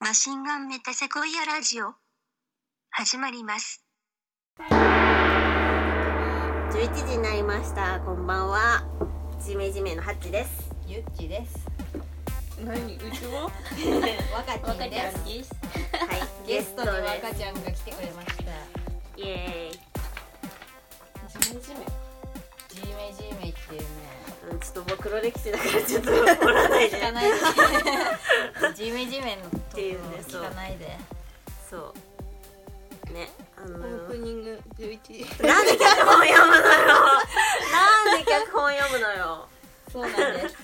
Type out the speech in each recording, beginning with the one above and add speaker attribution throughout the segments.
Speaker 1: マシンガンメタセコイアラジオ始まります
Speaker 2: 11時になりましたこんばんはジメジメのハッチ です
Speaker 3: ゆっちです。
Speaker 4: 何うち も
Speaker 3: 若ちんで
Speaker 4: で
Speaker 3: す。
Speaker 4: す
Speaker 2: はい
Speaker 3: ゲストに
Speaker 2: ゲ
Speaker 3: 若ちゃんが来てくれました。
Speaker 2: イエーイ
Speaker 4: ジメジメ
Speaker 3: ジメジメっていうね。
Speaker 2: うんちょっともう黒歴史だからちょっと掘らな い
Speaker 3: 聞か
Speaker 2: で
Speaker 3: ないで。 ジメジメのとこ
Speaker 2: ていうねそう
Speaker 3: 聞かないで。
Speaker 2: そうねあの
Speaker 4: オープニング11時
Speaker 2: なんで脚本 読むのよなんで脚本読むのよ
Speaker 3: そうなんです。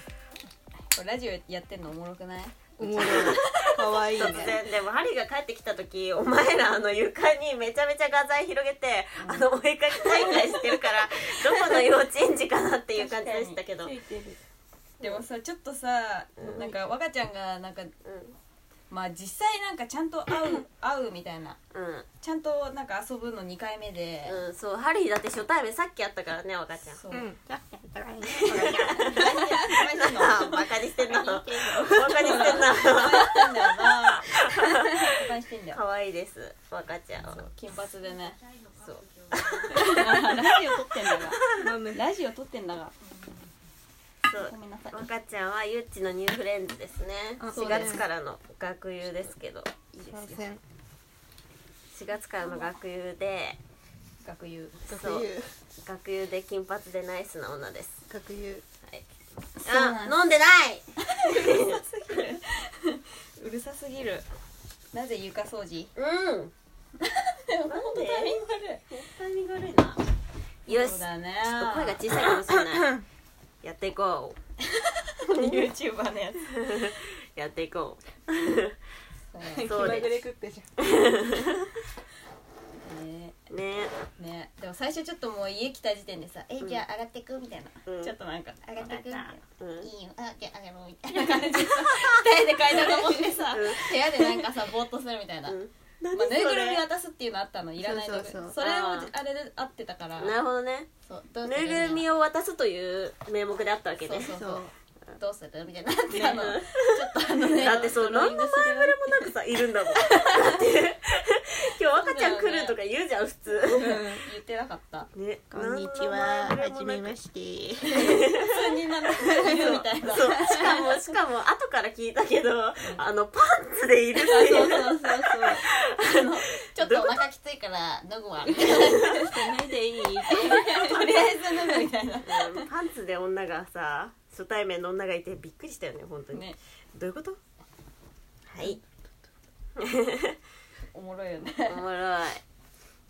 Speaker 3: これラジオやってんのおもろくない？
Speaker 4: おもろいかわいいね
Speaker 2: 突然でもハリーが帰ってきた時お前らあの床にめちゃめちゃ画材広げて、あのお絵描き大会して るからどこの幼稚園児かなっていう感じでしたけど、うん
Speaker 4: ついてる
Speaker 3: でもさちょっとさ
Speaker 2: うん
Speaker 3: なんか若ちゃんがなんかまあ実際なんかちゃんと会う会うみたいな。
Speaker 2: う
Speaker 3: ちゃんとなんか遊ぶの2回目で、
Speaker 2: ん、うん、そうハリーだって初対面さっきやったからね若ちゃん
Speaker 3: そう、
Speaker 4: う
Speaker 3: うん、
Speaker 4: んだ
Speaker 2: バカにしてんなバカにしてんな
Speaker 3: してんだよな失敗してんだよ
Speaker 2: 可愛いです若ちゃんは
Speaker 3: そう金髪でね
Speaker 2: そう
Speaker 3: ラジオ撮ってんだ
Speaker 4: マム
Speaker 3: がラジオ撮ってんだが
Speaker 2: そう
Speaker 3: ごめんなさい
Speaker 2: 若ちゃんはゆっちのニューフレンズですね
Speaker 4: あ
Speaker 2: 4月からの学友ですけどいい
Speaker 4: すい
Speaker 2: で
Speaker 4: ます
Speaker 2: よ
Speaker 4: せん
Speaker 2: 4月からの学友で
Speaker 3: 学友
Speaker 2: そう
Speaker 4: 学友
Speaker 2: 学友で金髪でナイスな女です
Speaker 4: 学友
Speaker 2: はい
Speaker 3: そうなんです
Speaker 2: あ飲んでないう
Speaker 3: るさすぎるなぜ床掃除
Speaker 2: うん
Speaker 3: なんでタイミング悪
Speaker 2: タイミング悪いなよ
Speaker 3: い
Speaker 2: し
Speaker 3: そ
Speaker 2: ちょっ
Speaker 3: うだね
Speaker 2: と声が小さいかもしれないやっていこ
Speaker 3: YouTuber のやつ
Speaker 2: う やっていこ
Speaker 3: そう
Speaker 4: 気
Speaker 2: そうで
Speaker 4: ま
Speaker 2: す
Speaker 4: ぐれ食ってじゃん
Speaker 3: ね
Speaker 2: う ね
Speaker 3: ねでも最初ちょっともう家来た時点でさ「えじゃあ上がってく?」みたいな、
Speaker 2: うん
Speaker 3: ちょっとなんか「上がってく?」みたいな「
Speaker 2: うん
Speaker 3: いいよあじゃあ上がろう」みたいな感じでさ二人で階段登ってさ部屋でなんかさぼーっとするみたいな、
Speaker 2: うん
Speaker 3: まあ、ぬいぐるみ
Speaker 2: 何
Speaker 3: 渡すっていうのあったのいらないの
Speaker 4: そうそうそう
Speaker 3: それを
Speaker 2: あ
Speaker 3: あ
Speaker 2: ー
Speaker 3: れで合ってたから
Speaker 2: それなるほどね
Speaker 3: そうどうす
Speaker 2: ぬ
Speaker 3: る
Speaker 2: いぐるみを渡すという名目であったわけ
Speaker 3: そ
Speaker 2: で
Speaker 3: うそう
Speaker 4: そ
Speaker 3: そううどうするみたいなってあのちょっとあのね
Speaker 2: だってそう
Speaker 3: ロー
Speaker 2: 何
Speaker 3: リン
Speaker 2: の前
Speaker 3: グす
Speaker 2: 触れ
Speaker 3: る
Speaker 2: もなくさいるんだ もんだって今日赤ちゃん来るとか言うじゃん普通
Speaker 3: 言ってなかった
Speaker 2: ね
Speaker 4: こんにちははじめまして
Speaker 3: 普通になんかいるみ たいな
Speaker 2: そ
Speaker 3: そうう
Speaker 2: しかもしかも後から聞いたけどあのパンツでいるって
Speaker 3: そう
Speaker 2: い
Speaker 3: そううそうあのちょっとお腹きついから脱ぐわみたいな
Speaker 4: ないでいい
Speaker 3: とりあえず脱ぐみたいな
Speaker 2: うんパンツで女がさ初対面の女がいてびっくりしたよね本当に、
Speaker 3: ね
Speaker 2: どういうことはい
Speaker 3: おもろいよね
Speaker 2: おもろい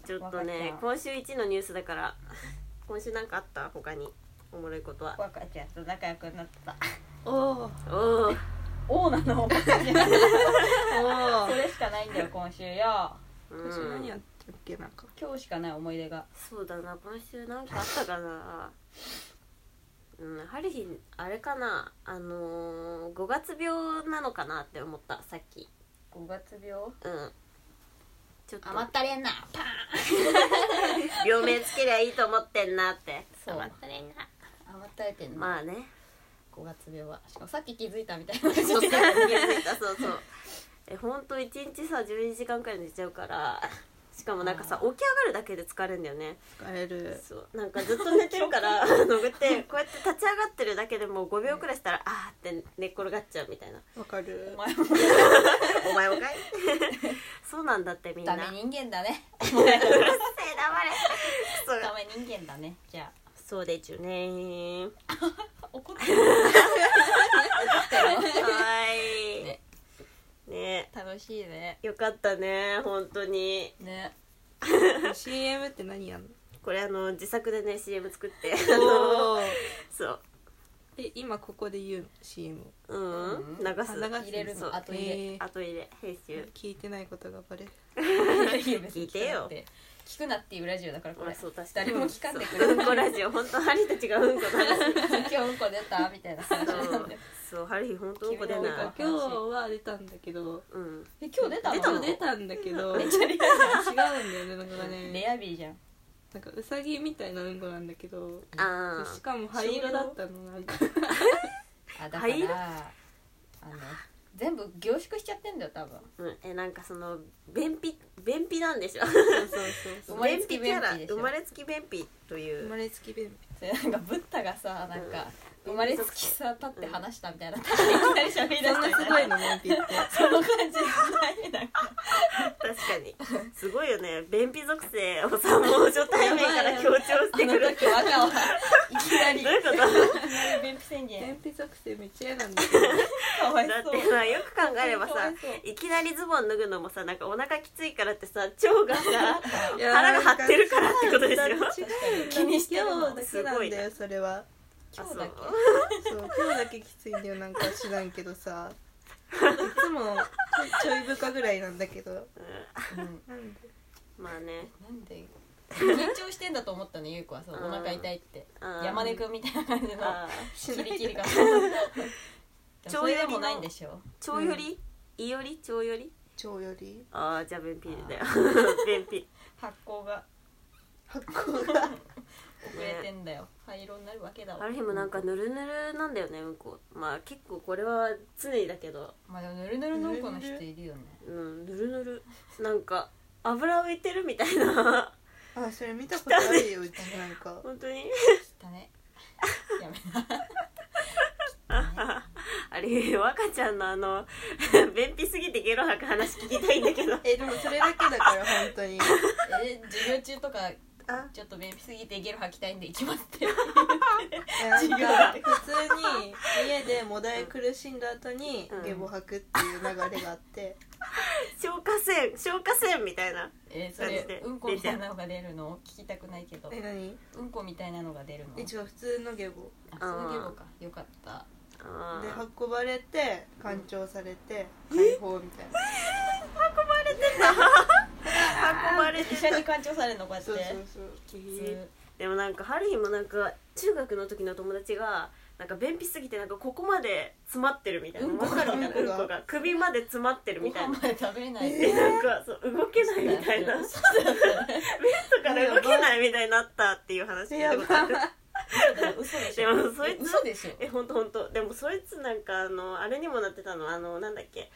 Speaker 2: ちょっと
Speaker 3: わかっ
Speaker 2: ね
Speaker 3: た
Speaker 2: 今週一のニュースだから今週なんかあった他におもろいことは
Speaker 3: 若ちゃんと仲良くなった
Speaker 4: おお
Speaker 2: おお
Speaker 3: 王なの若ちゃん
Speaker 4: おお
Speaker 3: それしかないんだよ今週よ
Speaker 4: 私何やったっけなんか
Speaker 3: 今日しかない思い出が
Speaker 2: そうだな今週なんかあったかなうんハリヒあれかなあのー、5月病なのかなって思ったさっき
Speaker 3: 5月病
Speaker 2: うんちょっと
Speaker 3: 余ったれんなパン
Speaker 2: 病名つけりゃいいと思ってんなって
Speaker 3: そう余
Speaker 2: れんな
Speaker 3: ったれてんな
Speaker 2: まあね
Speaker 3: 5月病はしかもさっき気づいたみたいな感じ
Speaker 2: そうそう
Speaker 3: で
Speaker 2: 気づいたそうそう えほんと1日さ12時間くらい寝ちゃうからしかもなんかさ起き上がるだけで疲れんだよね
Speaker 4: 疲れる
Speaker 2: そうなんかずっと寝てるから あのこうやってこうやって立ち上がってるだけでもう5秒くらいしたらあーって寝っ転がっちゃうみたいな
Speaker 4: わかる
Speaker 3: お前も
Speaker 2: お前もかい そうなんだってみんな
Speaker 3: ダメ人間だね
Speaker 2: うるせえ黙れそう
Speaker 3: ダメ人間だねじゃ
Speaker 2: そうでちゅね ー
Speaker 3: あ怒ってる
Speaker 2: かわいいね
Speaker 3: ね楽しいね
Speaker 2: よかったね本当に
Speaker 3: ね
Speaker 4: CM って何やんの
Speaker 2: これあの自作でね CM 作ってあの
Speaker 4: おお
Speaker 2: そう
Speaker 4: え今ここで言うの CM を
Speaker 2: うん、
Speaker 3: うん
Speaker 2: 流す
Speaker 4: あ流す
Speaker 3: 入れる
Speaker 2: そう
Speaker 3: の後入れ
Speaker 4: えー
Speaker 2: 後入れ編集
Speaker 4: 聞いてないことがバレる
Speaker 3: 聞
Speaker 2: 聞いてよ
Speaker 3: 聞くなっていうラジオだからこ
Speaker 2: あ
Speaker 3: れ
Speaker 2: そう確かに
Speaker 3: 誰も聞かんでくれ
Speaker 2: う
Speaker 3: る
Speaker 2: んこラジオ本当ハリたちがうんこ出す
Speaker 3: 今日うんこ出たみたいな感じ
Speaker 2: そ
Speaker 3: なん
Speaker 2: う
Speaker 3: で
Speaker 2: そうハリ本当うんこ出
Speaker 3: 君のうん
Speaker 2: な
Speaker 3: こ
Speaker 2: い
Speaker 4: 今日は出たんだけど
Speaker 2: うん
Speaker 3: え今日出た
Speaker 2: 出
Speaker 3: の
Speaker 2: た
Speaker 4: 今
Speaker 2: の
Speaker 4: 日出たんだけど 違うん
Speaker 3: ちゃ
Speaker 4: だ
Speaker 3: リ
Speaker 4: よねなんかね
Speaker 3: レアビーじゃん
Speaker 4: なんかウサギみたいなうんこなんだけど
Speaker 2: あ
Speaker 4: しかも灰色だったのなんか
Speaker 3: あだか
Speaker 2: 灰色
Speaker 3: らあの全部凝縮しちゃってんだよ多分
Speaker 2: うん、えなんかその便秘便秘なんでしょ
Speaker 4: そうそうそう
Speaker 3: 生まれつき
Speaker 2: キャラ
Speaker 3: 便秘でしょ
Speaker 2: 生まれつき便秘とい
Speaker 4: 生
Speaker 2: う
Speaker 4: まれつき便秘
Speaker 3: それなんかブッダがさなんか
Speaker 2: うん
Speaker 3: 生まれつきさ立って話したみたいな、立っていきなり喋り出
Speaker 4: そんな
Speaker 3: し
Speaker 4: す
Speaker 3: たみ
Speaker 4: ご
Speaker 3: た
Speaker 4: い
Speaker 3: いな
Speaker 4: の便秘って
Speaker 3: その感じじゃないなんか
Speaker 2: 確かにすごいよね便秘属性をさもう初対面から強調して
Speaker 3: あ
Speaker 2: く
Speaker 3: の
Speaker 2: る
Speaker 3: 時我がはいきなり
Speaker 2: どういうこと
Speaker 3: 便秘宣言
Speaker 4: 便秘属性めっちゃ嫌なんだけど
Speaker 3: かわい
Speaker 2: だっ
Speaker 3: そう
Speaker 2: てさよく考えればさ
Speaker 3: かわいそう
Speaker 2: いきなりズボン脱ぐのもさなんかお腹きついからってさ腸 がさ
Speaker 4: いや
Speaker 2: 腹が張ってるからってことでしょ
Speaker 4: なんか違う
Speaker 3: 気にしてるの
Speaker 4: 今日だけなんだよそれは
Speaker 3: 今日だ
Speaker 2: あ
Speaker 3: け
Speaker 4: そう今日だけきついんだよなんか知らんけどさいつもちょい部下ぐらいなんだけど
Speaker 2: そう
Speaker 3: うん
Speaker 4: なんで
Speaker 2: うんまあね
Speaker 3: なんで緊張してんだと思ったのゆう子はそう
Speaker 2: うん
Speaker 3: お腹痛いって
Speaker 2: あー
Speaker 3: 山根くんみたいな感じの
Speaker 2: あ
Speaker 3: キリキリが
Speaker 2: ー
Speaker 3: それでもないんでしょ
Speaker 2: ー腸より胃より腸より
Speaker 4: 腸より
Speaker 2: ああじゃあ便秘だよ 便秘
Speaker 3: 発酵が
Speaker 4: 発酵が
Speaker 3: 遅れてんだよ灰色になるわけだわ
Speaker 2: ある日もなんかぬるぬるなんだよねうんこまあ結構これは常にだけど
Speaker 3: まあでもぬるぬるのうんこの人いるよね
Speaker 2: うんぬるぬるなんか油浮いてるみたいな
Speaker 4: あそれ見たことあるようちなん か
Speaker 2: 本当に
Speaker 3: 汚ね やめ な
Speaker 2: あれ若ちゃんのあの 便秘すぎてゲロ吐く話聞きたいんだけど
Speaker 4: えでもそれだけだから本当に
Speaker 3: え授業中とか
Speaker 4: あ
Speaker 3: ちょっと便秘すぎてゲロ吐きたいんで行きますって
Speaker 4: なんか普通に家でもだえ苦しんだ後に
Speaker 2: うん
Speaker 4: 下ボ吐くっていう流れがあって
Speaker 2: 消化栓消化栓みたいな
Speaker 3: えそれうんこみたいなのが出るの聞きたくないけど
Speaker 4: え何
Speaker 3: うんこみたいなのが出るの
Speaker 4: え違う普通の下ボ
Speaker 3: あそういうのかよかった
Speaker 2: あ
Speaker 4: で
Speaker 2: ー
Speaker 4: 運ばれて干潮されて解放みたいな
Speaker 2: 運ばれて
Speaker 3: 医者に干潮されるのこうやって
Speaker 4: そうそうそう
Speaker 2: るでもなんかハリーもなんか中学の時の友達がなんか便秘すぎてなんかここまで詰まってるみたいな
Speaker 3: うんこ
Speaker 2: わ
Speaker 3: が
Speaker 2: かるみたいな
Speaker 4: うんこが
Speaker 2: うんこが首まで詰まってる
Speaker 3: ご
Speaker 2: みたい
Speaker 3: 飯
Speaker 2: な
Speaker 3: まで食べれな い
Speaker 2: でなんかそう動けないみたいなベッ
Speaker 3: そうだよね
Speaker 2: ドから動けないみたいになったっていう話聞いたことある
Speaker 3: 嘘だよ
Speaker 2: でも
Speaker 3: 嘘でしょ
Speaker 2: そいつ
Speaker 3: 嘘でしょ
Speaker 2: え本当本当でもそいつなんかあのあれにもなってたのあのなんだっけ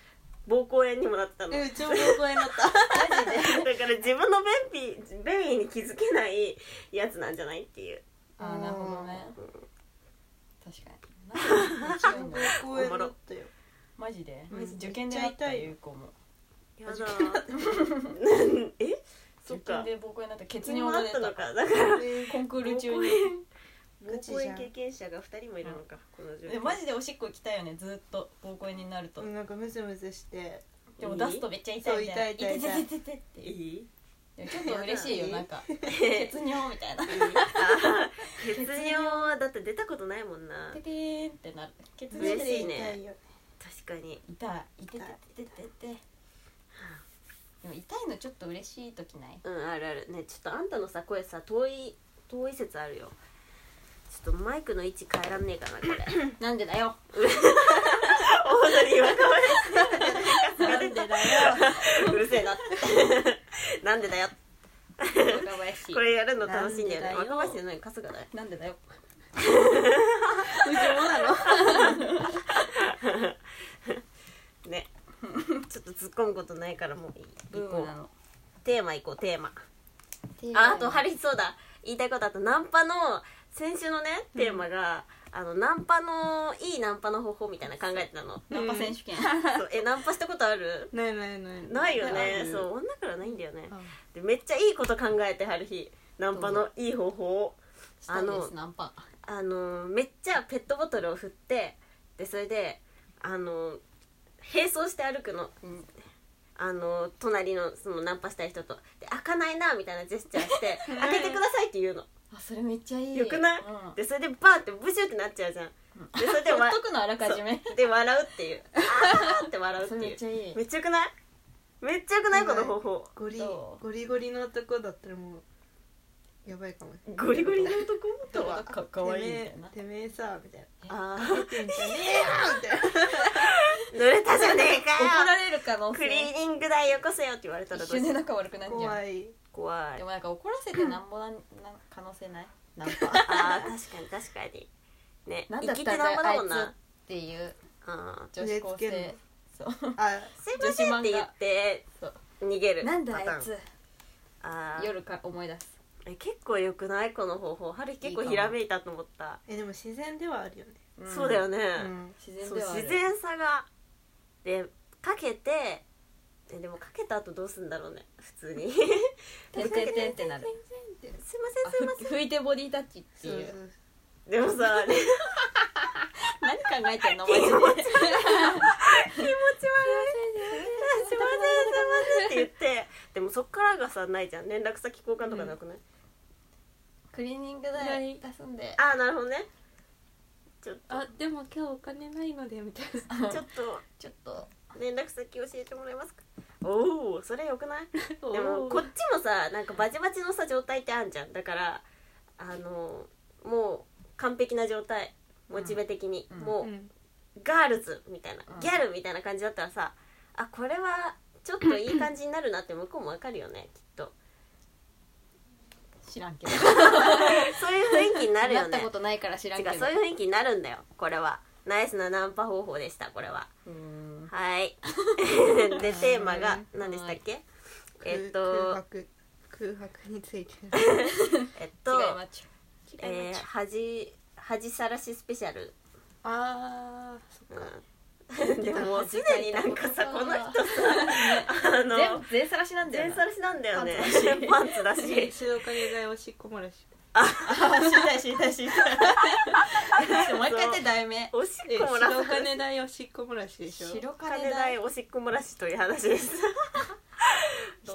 Speaker 2: 膀胱炎にもなってたの
Speaker 4: え
Speaker 2: だ
Speaker 4: うちも膀胱炎だった
Speaker 2: から自分の便秘便意に気づけないやつなんじゃないっていう
Speaker 3: あーなるほどね確かになんで
Speaker 4: 膀胱
Speaker 3: 強いんだろ
Speaker 4: 炎
Speaker 3: う
Speaker 4: だったよ
Speaker 3: マジで
Speaker 4: うん
Speaker 3: 受験でな
Speaker 4: めっちゃ
Speaker 3: った
Speaker 4: 痛いよ
Speaker 3: 有効も
Speaker 2: やだ えそ
Speaker 3: 受
Speaker 2: っか
Speaker 3: 験で膀胱炎になった血
Speaker 2: 君
Speaker 3: 尿
Speaker 2: もあ
Speaker 3: が
Speaker 2: っ
Speaker 3: 出
Speaker 2: た
Speaker 3: た
Speaker 2: のかだから
Speaker 3: コンクール中に
Speaker 2: に
Speaker 4: ガ
Speaker 2: 膀
Speaker 4: チ
Speaker 2: 胱
Speaker 4: じゃん
Speaker 2: 炎経験者が2人もいるのかこの状
Speaker 3: で
Speaker 2: 況
Speaker 3: マジでおしっこ行きたいよねずっと膀胱炎になると
Speaker 4: うんなんかムズムズして
Speaker 3: でも出すとめっちゃ痛いみたい
Speaker 4: そう痛い痛い痛い
Speaker 3: 痛い痛い痛い
Speaker 2: い
Speaker 3: 痛い
Speaker 2: い
Speaker 3: でもちょっと嬉しいよ
Speaker 2: いや
Speaker 3: なんか血尿みたいな
Speaker 2: あー血尿はだって出たことないもんな
Speaker 3: ペペーンってなる血尿
Speaker 2: 嬉しいね
Speaker 4: 痛よ
Speaker 2: 確かに
Speaker 3: 痛い痛い痛い痛い痛いでも痛いのちょっと嬉しい時ない
Speaker 2: うんあるあるねちょっとあんたのさ声さ遠い遠い説あるよちょっとマイクの位置変えらんねえかなこれ オー
Speaker 3: なんでだよ
Speaker 2: ドリーはかわ
Speaker 4: なんでだよ
Speaker 2: いうるせえなってなんでだよ
Speaker 3: 若林
Speaker 2: これやるの楽しいんだよね
Speaker 3: なんで
Speaker 2: 若
Speaker 3: だよ
Speaker 2: 林じゃない春日だよ
Speaker 3: なんでだよ
Speaker 4: うちもなの
Speaker 2: ねちょっと突っ込むことないからもういい
Speaker 3: ブームなの
Speaker 2: テーマ行こうテーマああとハリーそうだ言いたいことあとナンパの先週のねテーマが、あのナンパのいいナンパの方法みたいなの考えてたの
Speaker 3: ナンパ選手権
Speaker 2: そうえナンパしたことある
Speaker 4: ないないない
Speaker 2: ないよ
Speaker 3: あ
Speaker 2: ね
Speaker 3: る
Speaker 2: そう女からないんだよね
Speaker 4: あ
Speaker 2: でめっちゃいいこと考えてはる日ナンパのいい方法を
Speaker 3: したいですナンパ
Speaker 2: あのめっちゃペットボトルを振ってでそれであの並走して歩くの
Speaker 3: うん
Speaker 2: あの隣のそのナンパしたい人とで開かないなみたいなジェスチャーして開けてくださいって言うの
Speaker 3: あそれめっちゃいい
Speaker 2: よくない
Speaker 3: うん
Speaker 2: でそれでバーってブシュってなっちゃうじゃんでそれで
Speaker 3: ほ
Speaker 2: わ
Speaker 3: っとくのあらかじめ
Speaker 2: で笑うっていうあーって笑うっ
Speaker 3: そ
Speaker 2: て
Speaker 3: れ
Speaker 2: い
Speaker 3: めっ
Speaker 2: う
Speaker 3: ちゃいい
Speaker 2: めっちゃよくないめっちゃよくないこの方法
Speaker 4: ゴリ
Speaker 3: ど
Speaker 4: ゴリゴリの男だったらもうやばいかも
Speaker 2: ゴリゴリの男
Speaker 3: どうかかわいいみたいな
Speaker 4: てめえてめえさみたいな
Speaker 2: あ
Speaker 4: 出てんじゃねえよみたいな
Speaker 2: ー濡れたじゃねえ
Speaker 3: 怒
Speaker 2: からよ
Speaker 3: れる可能
Speaker 2: クリー
Speaker 3: 性
Speaker 2: ニング代よこせよって言われたらど
Speaker 3: 一
Speaker 2: うす
Speaker 3: 瞬で
Speaker 2: る
Speaker 3: 仲悪くな っちゃ
Speaker 4: 怖い
Speaker 2: 怖
Speaker 3: う
Speaker 2: い
Speaker 3: でもなんか怒らせてなんぼなんなん可能性ないナンパ
Speaker 2: あー確かに確かにね
Speaker 3: な
Speaker 2: 生
Speaker 3: んだっ
Speaker 2: き
Speaker 3: た
Speaker 2: て
Speaker 3: んだ
Speaker 2: なんぼだ
Speaker 3: よ
Speaker 2: も
Speaker 3: あい
Speaker 2: ん
Speaker 3: つっ
Speaker 2: な
Speaker 3: ていう
Speaker 2: あ
Speaker 3: 女子高
Speaker 4: 植え付けん
Speaker 3: 生
Speaker 4: の
Speaker 3: そう
Speaker 4: あ
Speaker 2: すいませんって言って
Speaker 3: そう
Speaker 2: 逃げる
Speaker 3: なんだ
Speaker 2: パターン
Speaker 3: あいつ
Speaker 2: あー
Speaker 3: 夜か思い出す
Speaker 2: え結構よくないこの方法春結構
Speaker 3: いいかも
Speaker 2: ひらめいたと思った
Speaker 4: えでも自然ではあるよね、
Speaker 2: そうだよ
Speaker 3: ね
Speaker 2: ね、
Speaker 4: うん
Speaker 3: 自
Speaker 2: そ
Speaker 3: 然
Speaker 2: う
Speaker 3: ではある
Speaker 2: 自然さがでかけてえでもかけた後どうすんだろうね普通 にすい
Speaker 3: てんてんてんってなる
Speaker 2: ませんすいま
Speaker 3: あふ拭いてボディタッチって
Speaker 4: そう
Speaker 3: い
Speaker 4: そうう
Speaker 2: せん でもさね
Speaker 3: 何考えてんのマジで気持ち悪い
Speaker 2: すいませんすいませんって言ってでもそっからがさないじゃん連絡先交換とかなくない、
Speaker 3: クリーニング代出すんで
Speaker 2: ああなるほどねちょっ
Speaker 5: あでも今日お金ないのでみたいな
Speaker 2: とちょっと
Speaker 3: ちょっと
Speaker 2: 連絡先教えてもらえますかおおそれよくないでもこっちもさなんかバチバチのさ状態ってあんじゃんだからあのもう完璧な状態モチベ的に、
Speaker 3: うん
Speaker 2: もう、
Speaker 4: うん
Speaker 2: ガールズみたいな、
Speaker 3: うん
Speaker 2: ギャルみたいな感じだったらさあこれはちょっといい感じになるなって向こうもわかるよねきっ と
Speaker 3: 知らんけど
Speaker 2: そういう雰囲気になるよ
Speaker 3: なった
Speaker 2: ね
Speaker 3: ことないから知らん
Speaker 2: 違
Speaker 3: けど
Speaker 2: うそういう雰囲気になるんだよこれはナイスなナンパ方法でしたこれは
Speaker 3: うーん
Speaker 2: はいでテーマが何でしたっけえ
Speaker 4: 空
Speaker 2: っと
Speaker 4: 白空白について
Speaker 2: えっ
Speaker 3: 違
Speaker 2: と
Speaker 3: います
Speaker 2: えー恥恥さらしスペシャル
Speaker 4: あーそっか
Speaker 2: うんでももうすでになんかさこの人さあ
Speaker 3: 全
Speaker 2: の
Speaker 3: 部全晒しなんだよ
Speaker 2: 全
Speaker 3: な
Speaker 2: さらしなんだよね
Speaker 3: パンツだし
Speaker 2: パンツだし
Speaker 4: 白金代をしっこもらし
Speaker 3: あ知りたい知りたい知りたいもう一回やって題名
Speaker 2: おしっ
Speaker 4: え
Speaker 2: こもら
Speaker 4: 白金代をしっこもらしでしょ
Speaker 3: 白
Speaker 2: 金
Speaker 3: 金
Speaker 2: 代
Speaker 3: 代
Speaker 2: おしっこ漏らしという話です
Speaker 3: ど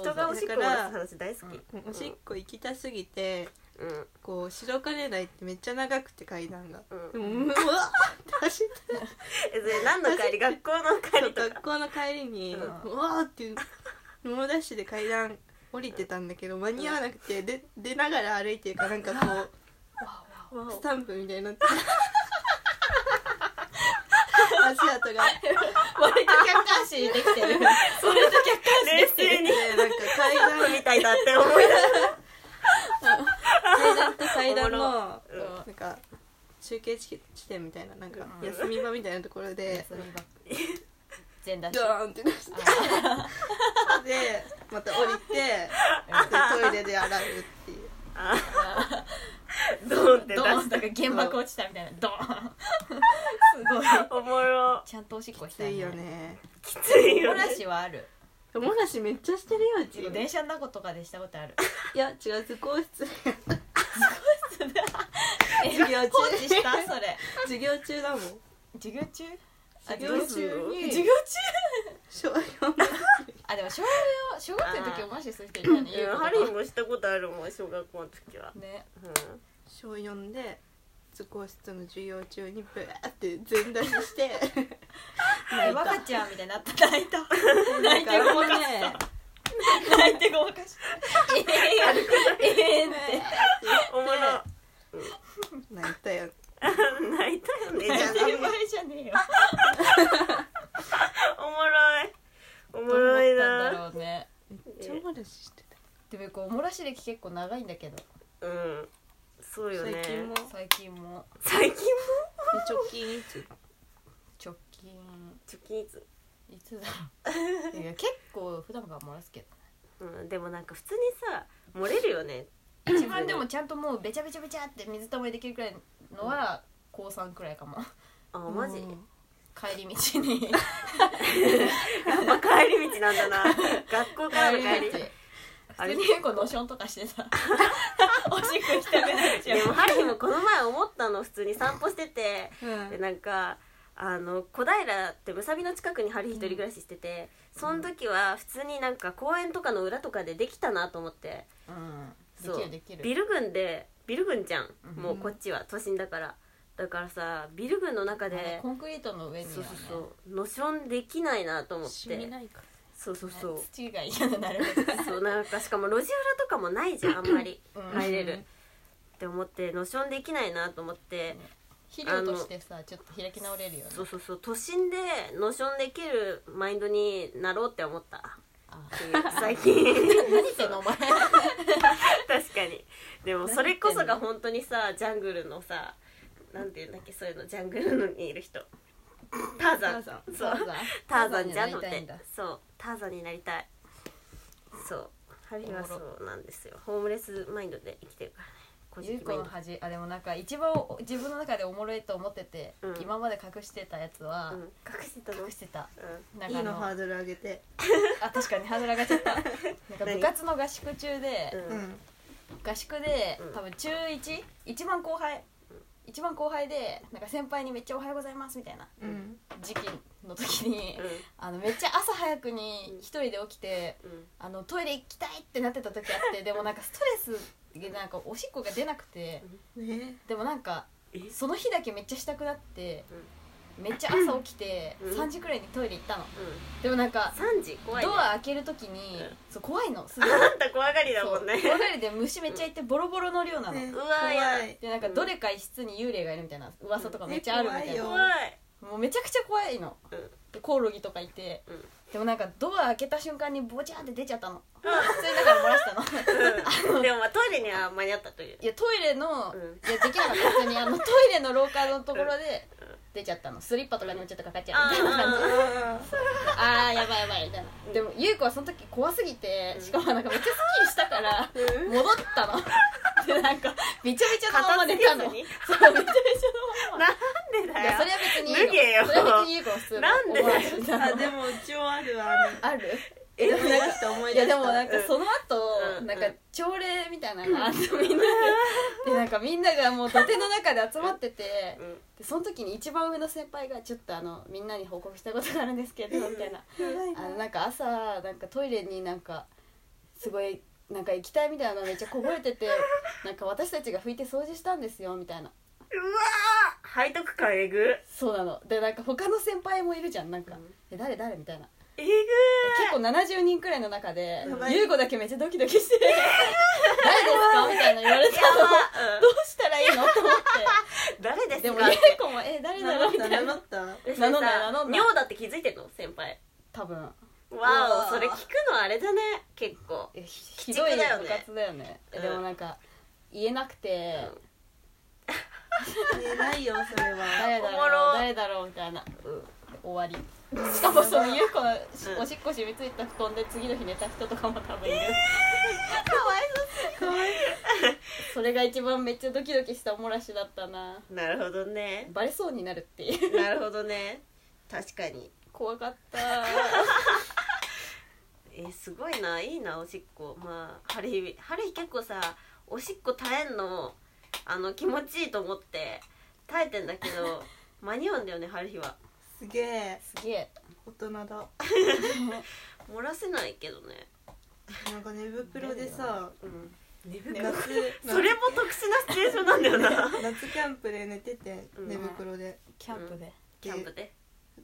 Speaker 2: 人
Speaker 3: うぞ
Speaker 2: がおしっこ漏らす話大好き
Speaker 4: おしっこ行きたすぎて
Speaker 2: うんうん
Speaker 4: こう白金台ってめっちゃ長くて階段が、
Speaker 2: うん
Speaker 4: でもうわって走って
Speaker 2: えそれ何の帰り学校の帰りとか
Speaker 4: 学校の帰りに、
Speaker 2: う
Speaker 4: うんわーって猛ダッシュで階段降りてたんだけど間に合わなくて、で出ながら歩いてるからなんかこうスタンプみたいにな って足跡があって
Speaker 3: 割と客観視できてる
Speaker 2: 冷静に
Speaker 4: なんか階段
Speaker 2: みたいだって思い出す
Speaker 4: 階段と階段の、
Speaker 2: うん
Speaker 4: なんか中継地点みたいななんか休み場みたいなところで、
Speaker 3: それが全出し
Speaker 4: ド ーンって出してでまた降り てでトイレで洗うっていう
Speaker 2: あードンって出
Speaker 3: ドーン
Speaker 2: し
Speaker 3: とか原爆落ちたみたいなドーンすごい
Speaker 2: たおもろ
Speaker 3: ちゃんとおしっこし
Speaker 4: き
Speaker 3: た
Speaker 4: ついよ
Speaker 3: ね
Speaker 4: ね
Speaker 2: きつい
Speaker 3: 漏
Speaker 2: よ
Speaker 3: ら
Speaker 2: ね
Speaker 3: しはある
Speaker 4: おもらしめっちゃしてるようち
Speaker 3: 電車の中とかでしたことある
Speaker 4: いや違う図工室
Speaker 3: え
Speaker 4: 授業中
Speaker 3: 放置したそれ
Speaker 4: 授業中だもん
Speaker 3: 授業中あ
Speaker 4: 授業中に
Speaker 3: 授業中
Speaker 4: 小4
Speaker 3: あでも小学小学生の時
Speaker 2: あー
Speaker 3: おましする人いたね
Speaker 2: うんハリーもしたことあるもん小学校の時は
Speaker 3: ね
Speaker 2: うん
Speaker 4: 小4で図工室の授業中にブワーって全出しして泣いた
Speaker 3: 若ちゃんみたいになった泣いた
Speaker 4: な
Speaker 3: 泣
Speaker 4: ん
Speaker 3: い
Speaker 4: か
Speaker 3: てごま
Speaker 4: あ
Speaker 3: か
Speaker 4: の
Speaker 3: し
Speaker 4: ね
Speaker 3: た泣いてごまかしたええええって
Speaker 2: おもろ
Speaker 4: 泣いたよ
Speaker 2: 泣いたよねじゃ
Speaker 3: 泣
Speaker 2: あ
Speaker 3: いてる場合じゃねえよ
Speaker 2: おもろいおもろい
Speaker 3: どう思ったんだ
Speaker 2: な
Speaker 3: ろうね
Speaker 4: めっちゃおもらししてた
Speaker 3: でもこうおもらし歴結構長いんだけど
Speaker 2: うんそうよね
Speaker 4: 最近も
Speaker 3: 最近も
Speaker 2: 最近
Speaker 4: 直近いつ
Speaker 3: 直近
Speaker 2: 貯金いつ
Speaker 3: いつだろういや結構普段から漏らすけど
Speaker 2: うん、でもなんか普通にさ漏れるよね
Speaker 3: 一番でもちゃんともうべちゃべちゃべちゃって水たまりできるくらいのは高3くらいかも
Speaker 2: あマジ、
Speaker 3: 帰り 道
Speaker 2: や
Speaker 3: に
Speaker 2: っぱ帰り道なんだな学校からの帰りあ
Speaker 3: 普
Speaker 2: れ
Speaker 3: 通にこうノションとかし てさおしっこしたくなっちゃう
Speaker 2: でもハリーもこの前思ったの普通に散歩してて
Speaker 4: うん
Speaker 2: でなんかあの小平ってむさびの近くにハリー一人暮らししてて、その時は普通になんか公園とかの裏とかでできたなと思って
Speaker 3: う
Speaker 2: そうん
Speaker 3: できるでき
Speaker 2: ビ
Speaker 3: る
Speaker 2: ル群でビル群じゃん、
Speaker 3: うん
Speaker 2: もうこっちは都心だからだからさビル群の中
Speaker 3: あれ
Speaker 2: で
Speaker 3: コンクリートの上には
Speaker 2: そう
Speaker 3: ね
Speaker 2: そうそうノションできないなと思っ
Speaker 5: 染み
Speaker 2: て
Speaker 5: ないから
Speaker 2: そうそうそう
Speaker 3: 土が嫌になるべく
Speaker 2: そうなんかしかも路地裏とかもないじゃんあんまり
Speaker 3: うん
Speaker 2: 入れるって思ってノションできないなと思って
Speaker 3: 肥料としてさちょっと開き直れるよね
Speaker 2: そうそうそう都心でノションできるマインドになろうって思った
Speaker 3: あ
Speaker 2: 最近
Speaker 3: 何言ってんのお前
Speaker 2: 確かにでもそれこそが本当にさジャングルのさなんていうんだっけそういうのジャングルにいる人ター
Speaker 3: タ
Speaker 2: ザン
Speaker 3: ーザン
Speaker 2: そう
Speaker 3: ターザン
Speaker 2: ターザンじゃんと思って
Speaker 3: ターザンになりたいんだ
Speaker 2: そうターザンになりたいそうハリーはそうなんですよホームレスマインドで生きてるからね個
Speaker 3: ゆ
Speaker 2: 人
Speaker 3: う
Speaker 2: 的
Speaker 3: こ
Speaker 2: マイン
Speaker 3: の
Speaker 2: ド
Speaker 3: 恥あでもなんか一番自分の中でおもろいと思ってて、
Speaker 2: うん
Speaker 3: 今まで隠してたやつは
Speaker 2: うん、隠してたの、うん
Speaker 3: 隠してた、なん
Speaker 4: い
Speaker 3: かあ
Speaker 4: いの
Speaker 3: の
Speaker 4: ハードル上げて
Speaker 3: あ確かにハードル上がっちゃ ったなんか部活の合宿中で、
Speaker 2: うん
Speaker 3: 合宿で
Speaker 2: うん
Speaker 3: 多分中1一番後輩一番後輩でなんか先輩にめっちゃ「おはようございます」みたいな
Speaker 4: うん
Speaker 3: 時期の時に、
Speaker 2: うん
Speaker 3: あのめっちゃ朝早くに一人で起きて、
Speaker 2: うん
Speaker 3: あのトイレ行きたいってなってた時あってでもなんかストレスでなんかおしっこが出なくて
Speaker 4: ね
Speaker 3: でもなんか
Speaker 2: え
Speaker 3: その日だけめっちゃしたくなって、めっちゃ朝起きて
Speaker 2: うん
Speaker 3: 3時くらいにトイレ行ったの
Speaker 2: うん
Speaker 3: でもなんか
Speaker 2: 3時怖いね
Speaker 3: ドア開ける時に、
Speaker 2: うん
Speaker 3: そう怖い のすごい
Speaker 2: あんた怖がりだもんね
Speaker 3: そうおトイレで虫めっちゃいてボロボロの量なの、
Speaker 4: ね
Speaker 2: うわ
Speaker 4: 怖
Speaker 2: やだ
Speaker 4: い
Speaker 3: でなんかどれか一室に幽霊がいるみたいな噂とかめっちゃあるみたい
Speaker 4: え
Speaker 3: な、
Speaker 4: 怖
Speaker 2: 怖い
Speaker 3: もうめちゃくちゃ怖いの、
Speaker 2: うん
Speaker 3: でコオロギとかいて、
Speaker 2: うん
Speaker 3: でもなんかドア開けた瞬間にボチャーって出ちゃったの、普通にだから 漏らしたの
Speaker 2: うんでもまあトイレには間に合ったという
Speaker 3: いやトイレの、
Speaker 2: うん
Speaker 3: いやできなかった普通にあのトイレの廊下のところで出ちゃったのスリッパとかにもちょっとかかっちゃうみたいな感じで
Speaker 4: あ
Speaker 3: あーやばいやばいみたいな、
Speaker 2: うん
Speaker 3: でも優子はその時怖すぎて
Speaker 2: うん
Speaker 3: しかもなんかめっちゃスッキリしたから
Speaker 4: ー
Speaker 3: 戻ったの でなんかびちゃびちゃのまま
Speaker 2: 片
Speaker 3: 寝
Speaker 2: 付
Speaker 3: た
Speaker 2: け
Speaker 3: の
Speaker 2: ず
Speaker 3: そう
Speaker 2: に
Speaker 3: びちゃびちゃのまま
Speaker 2: なんで
Speaker 3: い
Speaker 2: だ
Speaker 3: や
Speaker 2: よ
Speaker 3: それは別にいいの
Speaker 2: 脱げよ
Speaker 3: それは別にいい子は普通の
Speaker 2: なんでだよ
Speaker 3: 思 わない
Speaker 4: あでもうちもあるわ
Speaker 3: ある
Speaker 4: え思い出した思い
Speaker 3: い
Speaker 4: 出
Speaker 3: や
Speaker 4: し
Speaker 3: で
Speaker 4: た
Speaker 3: もなんか
Speaker 2: うん
Speaker 3: その後、
Speaker 2: うん
Speaker 3: なんか朝礼みたいなのがあってみんなででなんかみんながもう土手の中で集まってて
Speaker 2: うん
Speaker 3: でその時に一番上の先輩がちょっとあのみんなに報告したことがあるんですけどみたいなあ のなんか朝なんかトイレになんかすごいなんか液体みたいなのがめっちゃこぼれ ててなんか私たちが拭いて掃除したんですよみたいな
Speaker 2: うわー背徳感えぐ
Speaker 3: そうなのでなんか他の先輩もいるじゃんなんか
Speaker 2: うん
Speaker 3: 「え誰誰?」みたいな
Speaker 2: えぐ
Speaker 3: 結構70人くらいの中で
Speaker 4: やばい
Speaker 3: 優子だけめっちゃドキドキして 「誰ですか?」みたいな言われたの
Speaker 2: ー
Speaker 3: どうしたらいいのと思っ
Speaker 2: うん誰で
Speaker 3: て
Speaker 2: す
Speaker 3: でも
Speaker 2: か
Speaker 3: 優子も「え誰だ
Speaker 4: 名乗
Speaker 3: ろ?」
Speaker 4: っ
Speaker 3: みた
Speaker 4: た
Speaker 3: いな
Speaker 4: 名乗った
Speaker 2: えそれ
Speaker 3: 名乗んだ
Speaker 2: さ
Speaker 3: 名乗んだ
Speaker 2: 尿だって気づいてんの先輩
Speaker 3: 多分
Speaker 2: わ
Speaker 4: うわー
Speaker 2: おそれ聞くのあれだね結構
Speaker 3: えひどい
Speaker 2: 鬼畜だよね
Speaker 3: 部活だよね
Speaker 2: うん
Speaker 3: でもなんか言えなくて
Speaker 2: うん
Speaker 4: 言えないよそれ
Speaker 3: 「
Speaker 4: は
Speaker 3: 誰だ
Speaker 2: おもろ
Speaker 3: ろう誰だろう?」みたいな終わりしかもその優子の
Speaker 2: うん
Speaker 3: おしっこ染みついた布団で次の日寝た人とかも多分いる
Speaker 4: かわいい
Speaker 3: それが一番めっちゃドキドキしたおもらしだったな
Speaker 2: なるほど ね
Speaker 3: バレそうになるっていう
Speaker 2: なるほどね確かに
Speaker 3: 怖かった
Speaker 2: えすごいないいなおしっこまあ春日春日結構さおしっこ耐えんのあの気持ちいいと思って耐えてんだけ ど間に合うんだよね春日は
Speaker 4: すげえ
Speaker 3: すげえ
Speaker 4: 大人だな
Speaker 2: 漏らせないけどね
Speaker 4: んか寝袋でさ
Speaker 2: うん
Speaker 4: 夏
Speaker 2: それも特殊なシチュエーションなんだよな
Speaker 4: 夏キャンプで寝てて
Speaker 2: うん
Speaker 4: 寝袋で
Speaker 3: キャンプで、
Speaker 2: キャンプで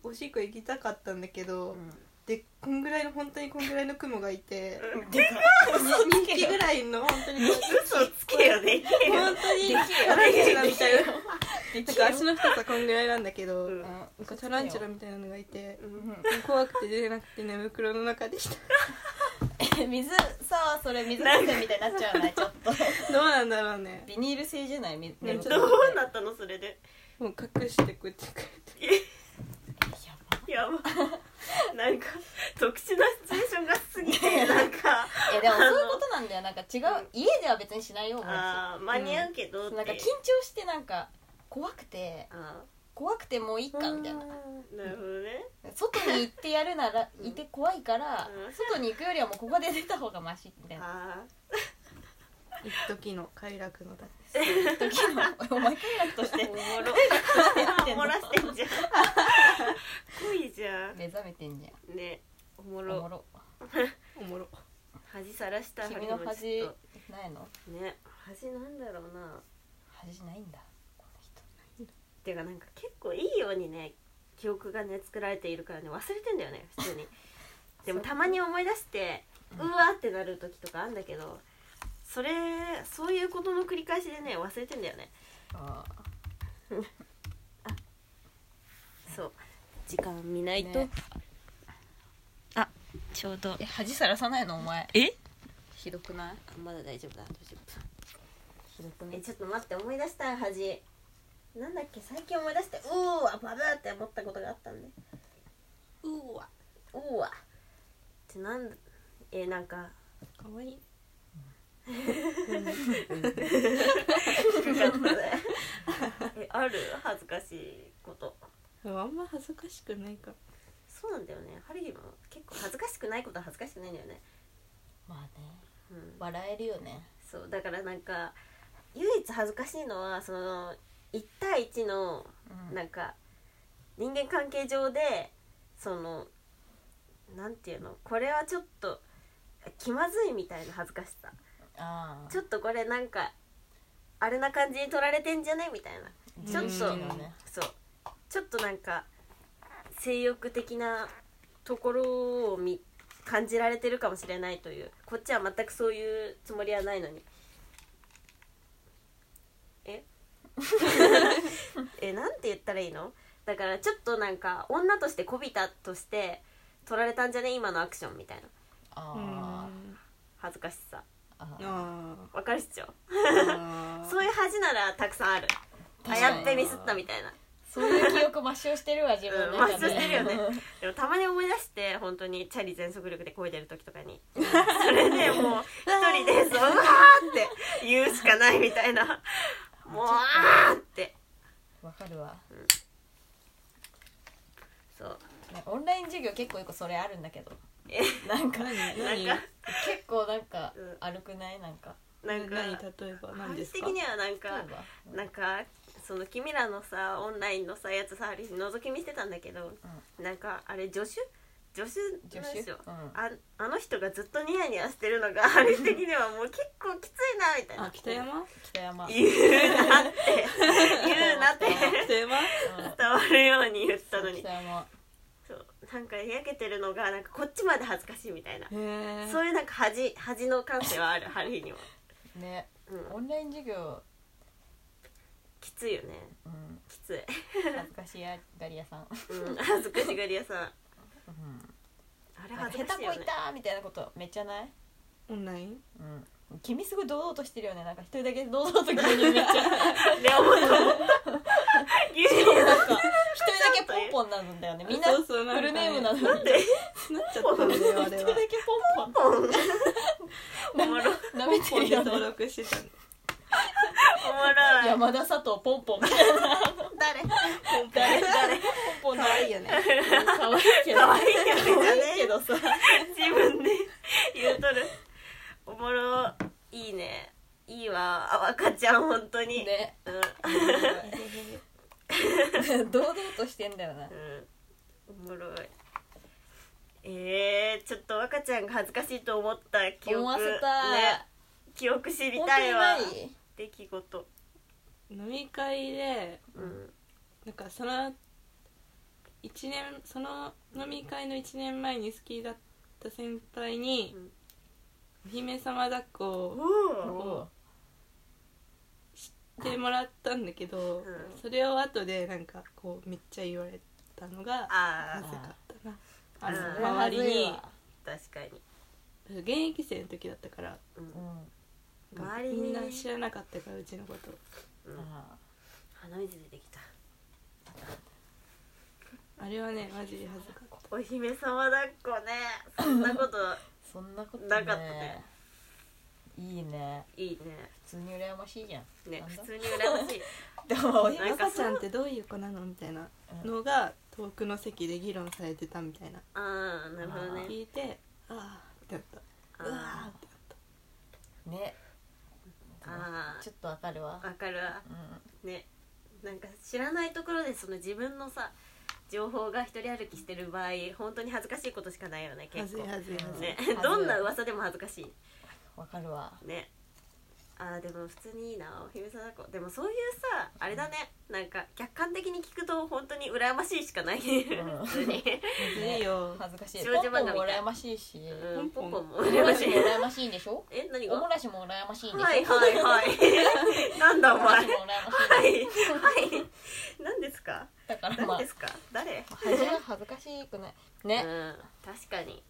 Speaker 4: おしっこ行きたかったんだけど
Speaker 3: うん
Speaker 4: でこんぐらいの本当にこんぐらいの雲がいて
Speaker 3: でか
Speaker 4: 2匹ぐらいの本当に本
Speaker 2: 嘘つけよできるよ
Speaker 4: 当にタランチュラみたいな
Speaker 3: で
Speaker 4: なんか足の太さこんぐらいなんだけど
Speaker 2: うん
Speaker 4: なんかタランチュラみたいなのがいて
Speaker 3: うん
Speaker 4: 怖くて出れなくて寝袋の中でした
Speaker 3: え水さあそれ水風船みたいになっちゃうねちょっと
Speaker 4: どうなんだろうね
Speaker 3: ビニール製じゃない水
Speaker 4: ねちょ
Speaker 2: ど
Speaker 4: っ
Speaker 2: うなったのそれで
Speaker 4: もう隠してこうやってこうやって
Speaker 3: や
Speaker 2: やばなんか特殊なシチュエーションがすぎ てなんか
Speaker 3: ばえでもそういうことなんだよなんか違う家では別にしないような
Speaker 2: あー間に合うけどって
Speaker 3: なんか緊張してなんか怖くて
Speaker 2: あ
Speaker 3: 怖くてもういいかみたいな
Speaker 2: ーなるほどね
Speaker 3: 外に行ってやるならいて怖いから
Speaker 2: うん
Speaker 3: 外に行くよりはもうここで出た方がマシみたいな
Speaker 2: あ
Speaker 4: 一時の快楽のだ
Speaker 3: 時のお前快楽とし
Speaker 2: ー
Speaker 3: て
Speaker 2: おもろ 漏らしてんじゃん恋じゃ
Speaker 3: 目覚めてんじ
Speaker 2: んねおも
Speaker 3: ゃんお
Speaker 2: ろ
Speaker 3: もろ
Speaker 4: おもろ
Speaker 2: 恥さらした
Speaker 3: 君の
Speaker 2: ち
Speaker 3: 恥
Speaker 2: ょっ
Speaker 3: ないの
Speaker 2: とね恥なんだろうな
Speaker 3: 恥ないんだこの人
Speaker 2: てかなんか結構いいようにね記憶がね作られているからね忘れてんだよね普通にでもたまに思い出してうわーってなる時とかあんだけどそれそういうことの繰り返しでね忘れてんだよね
Speaker 3: ああ
Speaker 2: そう時間見ないと、
Speaker 3: ね
Speaker 2: あちょうど
Speaker 3: え恥さらさないのお前
Speaker 2: え
Speaker 3: ひどくない
Speaker 2: まだ大丈夫だ大丈夫
Speaker 3: ひどく
Speaker 2: えちょっと待って思い出したい恥なんだっけ最近思い出してうーわバブーって思ったことがあったんで
Speaker 4: うわ
Speaker 2: うーわってなんえー、なんか
Speaker 5: かわいい
Speaker 2: 低かったねえある恥ずかしいこと
Speaker 5: あんま恥ずかしくないか
Speaker 2: そうなんだよねハリーも結構恥ずかしくないことは恥ずかしくないんだよね
Speaker 3: まあね
Speaker 2: うん
Speaker 3: 笑えるよね
Speaker 2: そうだからなんか唯一恥ずかしいのはその1対1の
Speaker 3: うん
Speaker 2: なんか人間関係上でそのなんていうのこれはちょっと気まずいみたいな恥ずかしさ
Speaker 3: ああ
Speaker 2: ちょっとこれなんかあれな感じに取られてんじゃねみたいなちょっと
Speaker 3: 自意識のね
Speaker 2: そうちょっとなんか性欲的なところをみ感じられてるかもしれないというこっちは全くそういうつもりはないのに ええなんて言ったらいいのだからちょっとなんか女としてこびたとして取られたんじゃね今のアクションみたいな
Speaker 3: あ
Speaker 4: あ
Speaker 2: 恥ずかしさ
Speaker 3: ーあ
Speaker 4: ーあ
Speaker 2: わかるっしょ
Speaker 4: ー
Speaker 2: そういう恥ならたくさんあるあ
Speaker 3: 確かに
Speaker 2: やってミスったみたいな
Speaker 3: そういう記憶抹消して るわ自分の
Speaker 2: う
Speaker 3: 中で
Speaker 2: ん抹消してるよねでもたまに思い出して本当にチャリ全速力で漕いでる時とかにそれでもう一 人でそううわーって言うしかないみたいなもうあーって
Speaker 3: わかるわ
Speaker 2: そう
Speaker 3: なんかオンライン授業結構よくそれあるんだけど
Speaker 2: え
Speaker 3: なん か
Speaker 2: 何
Speaker 3: なんか結構なんか
Speaker 2: うん
Speaker 3: 悪くないなんか
Speaker 2: なんか
Speaker 4: 何例えば何です
Speaker 2: 私
Speaker 4: か
Speaker 2: 的にはなん
Speaker 3: 例え
Speaker 2: かなんかその君らのさオンラインのさやつさあれ覗き見してたんだけど、なんかあれ助手助手
Speaker 3: ば
Speaker 2: なんですよ
Speaker 3: 助手うん
Speaker 2: ああの人がずっとニヤニヤしてるのがあれ的にはもう結構きついなみたいな
Speaker 4: あ北山
Speaker 3: 北山
Speaker 2: 言うなって言うなって
Speaker 4: 北山
Speaker 2: 伝わるように言ったのに
Speaker 3: 北山
Speaker 2: そうなんか焼けてるのがなんかこっちまで恥ずかしいみたいな
Speaker 4: へえ
Speaker 2: そういうなんか恥恥の感性はある春日にも、
Speaker 3: ね
Speaker 2: うん、
Speaker 3: オンライン授業
Speaker 2: きついよね
Speaker 3: うん
Speaker 2: きつい、
Speaker 3: 恥ずかしがり屋さん
Speaker 2: うん、恥ずかしがり屋さんあれ
Speaker 3: なん
Speaker 2: 恥
Speaker 3: か
Speaker 2: ずか
Speaker 3: 下
Speaker 2: し
Speaker 3: 手
Speaker 2: いよ
Speaker 3: こい
Speaker 2: ね
Speaker 3: たーみたいなことめっちゃない
Speaker 4: オンライン
Speaker 3: うん君すごい堂々としてるよねなんか一人だけ堂々と牛 乳めっちゃ
Speaker 2: ね思った思った牛乳
Speaker 3: なんか一人だけポンポンなんだよねみんな
Speaker 4: そう
Speaker 3: フ
Speaker 4: そうなんかね
Speaker 3: ルネームなのに
Speaker 2: なんで
Speaker 4: なっちゃったんだよあ
Speaker 3: 一
Speaker 4: れ
Speaker 3: 人
Speaker 4: は
Speaker 3: だけポンポ
Speaker 2: おもろおもろい
Speaker 3: ンなめて
Speaker 4: 本
Speaker 3: る
Speaker 4: で
Speaker 3: よ
Speaker 4: 登
Speaker 3: ね
Speaker 4: 録してたの
Speaker 3: 山田佐藤ポンポンみたいな
Speaker 2: 誰
Speaker 3: 誰
Speaker 2: 誰
Speaker 3: ポンポン
Speaker 4: 可愛いよね
Speaker 3: 可愛いけど
Speaker 2: 可愛いけど
Speaker 3: 可愛いけどさ
Speaker 2: 自分で言うとるおもろいいねいいわ赤ちゃん本当に、
Speaker 3: ね
Speaker 2: うん、
Speaker 3: 堂々としてんだよな
Speaker 2: うん、おもろいえー、ちょっと赤ちゃんが恥ずかしいと思った記憶
Speaker 3: 思わせ
Speaker 2: ね
Speaker 3: た、
Speaker 2: 記憶知り
Speaker 3: 本
Speaker 2: たいわ
Speaker 3: 当に
Speaker 2: 出来事
Speaker 4: 飲み会で
Speaker 2: うん
Speaker 4: なんかその一年その飲み会の1年前に好きだった先輩に、
Speaker 2: うん
Speaker 4: お姫様抱っ
Speaker 2: お
Speaker 4: こ
Speaker 3: 何
Speaker 2: お
Speaker 3: おう
Speaker 4: をしてもらったんだけど、
Speaker 2: うん
Speaker 4: それを後でなんかこうめっちゃ言われたのが
Speaker 2: あ
Speaker 4: まず
Speaker 2: あ
Speaker 4: かったな
Speaker 2: あ
Speaker 4: あ
Speaker 2: ー
Speaker 4: の周りに
Speaker 2: 確かに、
Speaker 4: 現役生の時だったから
Speaker 2: うん
Speaker 3: うん
Speaker 2: 周りに
Speaker 4: みんな知らなかったからうちのこと
Speaker 2: うん
Speaker 3: あ
Speaker 2: 鼻水出てきた
Speaker 4: あれはねマジで恥ずかった
Speaker 2: お姫様抱っこねそんなこと
Speaker 3: ーそんなこと
Speaker 2: なかったね
Speaker 3: いいね
Speaker 2: いい
Speaker 3: 普通に羨ましいじゃん
Speaker 2: ねね
Speaker 3: なんだ
Speaker 2: 普通に羨ましい
Speaker 3: でも
Speaker 2: な
Speaker 3: お
Speaker 2: んか
Speaker 4: 赤ちゃんってどういう子なのみたいな
Speaker 3: うん
Speaker 4: のが遠くの席で議論されてたみたいな
Speaker 2: ああなるほどね
Speaker 4: 聞いてああってなった
Speaker 2: あ
Speaker 4: うわーって
Speaker 2: ー
Speaker 3: ね
Speaker 2: あ
Speaker 3: ちょっとわかるわ
Speaker 2: ーわかるわ
Speaker 3: う
Speaker 2: ねなんか知らないところでその自分のさ情報が一人歩きしてる場合本当に恥ずかしいことしかないよね
Speaker 4: なったはずい
Speaker 2: 結構
Speaker 4: はずいはずい
Speaker 2: ね
Speaker 3: 恥ずい
Speaker 2: どんな噂でも恥ずかし
Speaker 3: んわかるわ
Speaker 2: いねあーでも普通にいいなお姫様だっこでもそういうさあれだねなんか客観的に聞くと本当に羨ましいしかない、
Speaker 3: ん
Speaker 2: 普通に
Speaker 4: ずるいよ
Speaker 3: 恥ずかしい
Speaker 2: 少女
Speaker 3: ポン
Speaker 2: 漫画
Speaker 3: ポ
Speaker 2: み
Speaker 3: ン
Speaker 2: たい
Speaker 3: も羨ましいし
Speaker 2: うんポンポンも
Speaker 3: おも
Speaker 2: 羨ま
Speaker 3: ら
Speaker 2: し
Speaker 3: し
Speaker 2: い
Speaker 3: も羨ましいんでしょ
Speaker 2: え何
Speaker 3: おも
Speaker 2: が
Speaker 3: らしも羨ましいんでしょ
Speaker 2: はいはいはい なんだ
Speaker 3: お
Speaker 2: お
Speaker 3: もらし
Speaker 2: 前
Speaker 3: も羨ましい
Speaker 2: はいはい何ですか
Speaker 3: だから
Speaker 2: 誰
Speaker 3: まあ
Speaker 2: ですか誰
Speaker 3: 恥ず恥ずかしくないね
Speaker 2: うん確かに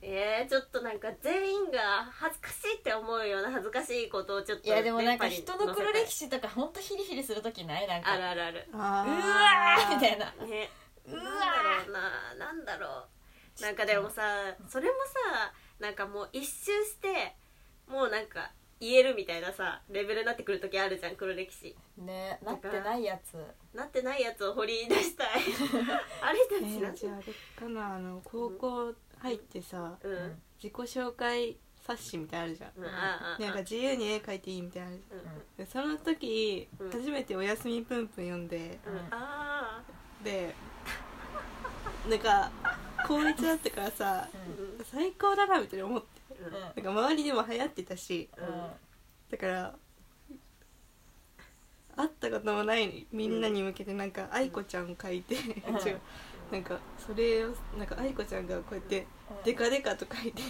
Speaker 2: ええー、ちょっとなんか全員が恥ずかしいって思うような恥ずかしいことをちょっと
Speaker 3: いやでもなんか
Speaker 2: 電波に
Speaker 3: 人の黒
Speaker 2: 載
Speaker 3: 歴史とかほんとヒリヒリする時ないなん
Speaker 2: せたい
Speaker 3: か
Speaker 2: あるあるある
Speaker 4: あ
Speaker 3: う
Speaker 4: ー
Speaker 3: わーみたいな
Speaker 2: ね
Speaker 3: うわ
Speaker 2: なんだろうななんだろうなんかでもさそれもさなんかもう一周してもうなんか言えるみたいなさレベルになってくる時あるじゃん黒歴史
Speaker 3: ねなってないやつ
Speaker 2: なってないやつを掘り出したい あれ
Speaker 4: え
Speaker 2: たちなん
Speaker 4: ー
Speaker 2: て
Speaker 4: じゃああれかなあの高校入ってさ
Speaker 2: うん、
Speaker 4: 自己紹介冊子みたいなのあるじゃん
Speaker 2: うん、あああ
Speaker 4: なんか自由に絵描いていいみたいなのあるじ
Speaker 2: うん
Speaker 4: ゃんでその時
Speaker 2: うん
Speaker 4: 初めて「おやすみぷんぷん」読んで
Speaker 2: うんあ
Speaker 4: でなんか高1だったからさ
Speaker 3: う
Speaker 2: ーうんん
Speaker 4: 最高だなみたいな思って
Speaker 2: うん
Speaker 3: うん
Speaker 4: なんか周りでも流行ってたし
Speaker 3: うん
Speaker 4: だから会ったこともないみんなに向けてなんか愛子ちゃんを書いて違うなんかそれをなんか愛子ちゃんがこうやってデカデカと書いて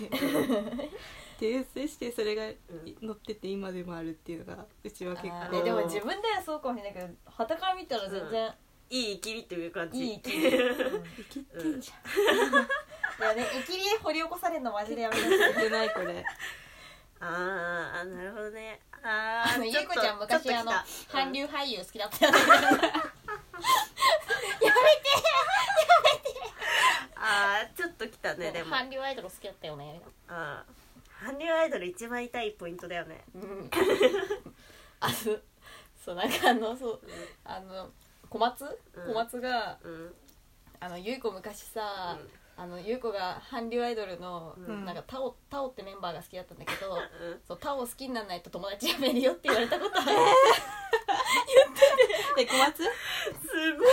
Speaker 4: 訂正してそれが載ってて今でもあるっていうのがうちは結
Speaker 3: あー
Speaker 4: 構
Speaker 3: ねでも自分ではそうかもしれないけど傍から見たら全然
Speaker 2: いい生きりという感じ
Speaker 3: いい生きり、 うん
Speaker 4: 生きてんじ
Speaker 3: いやね生きり掘り起こされるのマジでやめてほしい
Speaker 4: ゃん言ってないこれ
Speaker 2: あーあなるほどねあ
Speaker 3: あ
Speaker 2: あ
Speaker 3: のゆうこちゃん昔あの韓流俳優好きだったよねやめて
Speaker 2: ああちょっと来たねでも
Speaker 3: 韓流アイドル好きだったよね
Speaker 2: あー韓流アイドル一番痛いポイントだよね
Speaker 3: うんあそうそうなんかあのそうあの小松
Speaker 2: うん
Speaker 3: 小松が
Speaker 2: うん
Speaker 3: あのゆいこ昔さあのゆいこが韓流アイドルの
Speaker 4: うん
Speaker 3: なんかタオタオってメンバーが好きだったんだけど
Speaker 2: うん
Speaker 3: そうタオ好きにならないと友達やめるよって言われたことある
Speaker 4: で小松
Speaker 2: すごい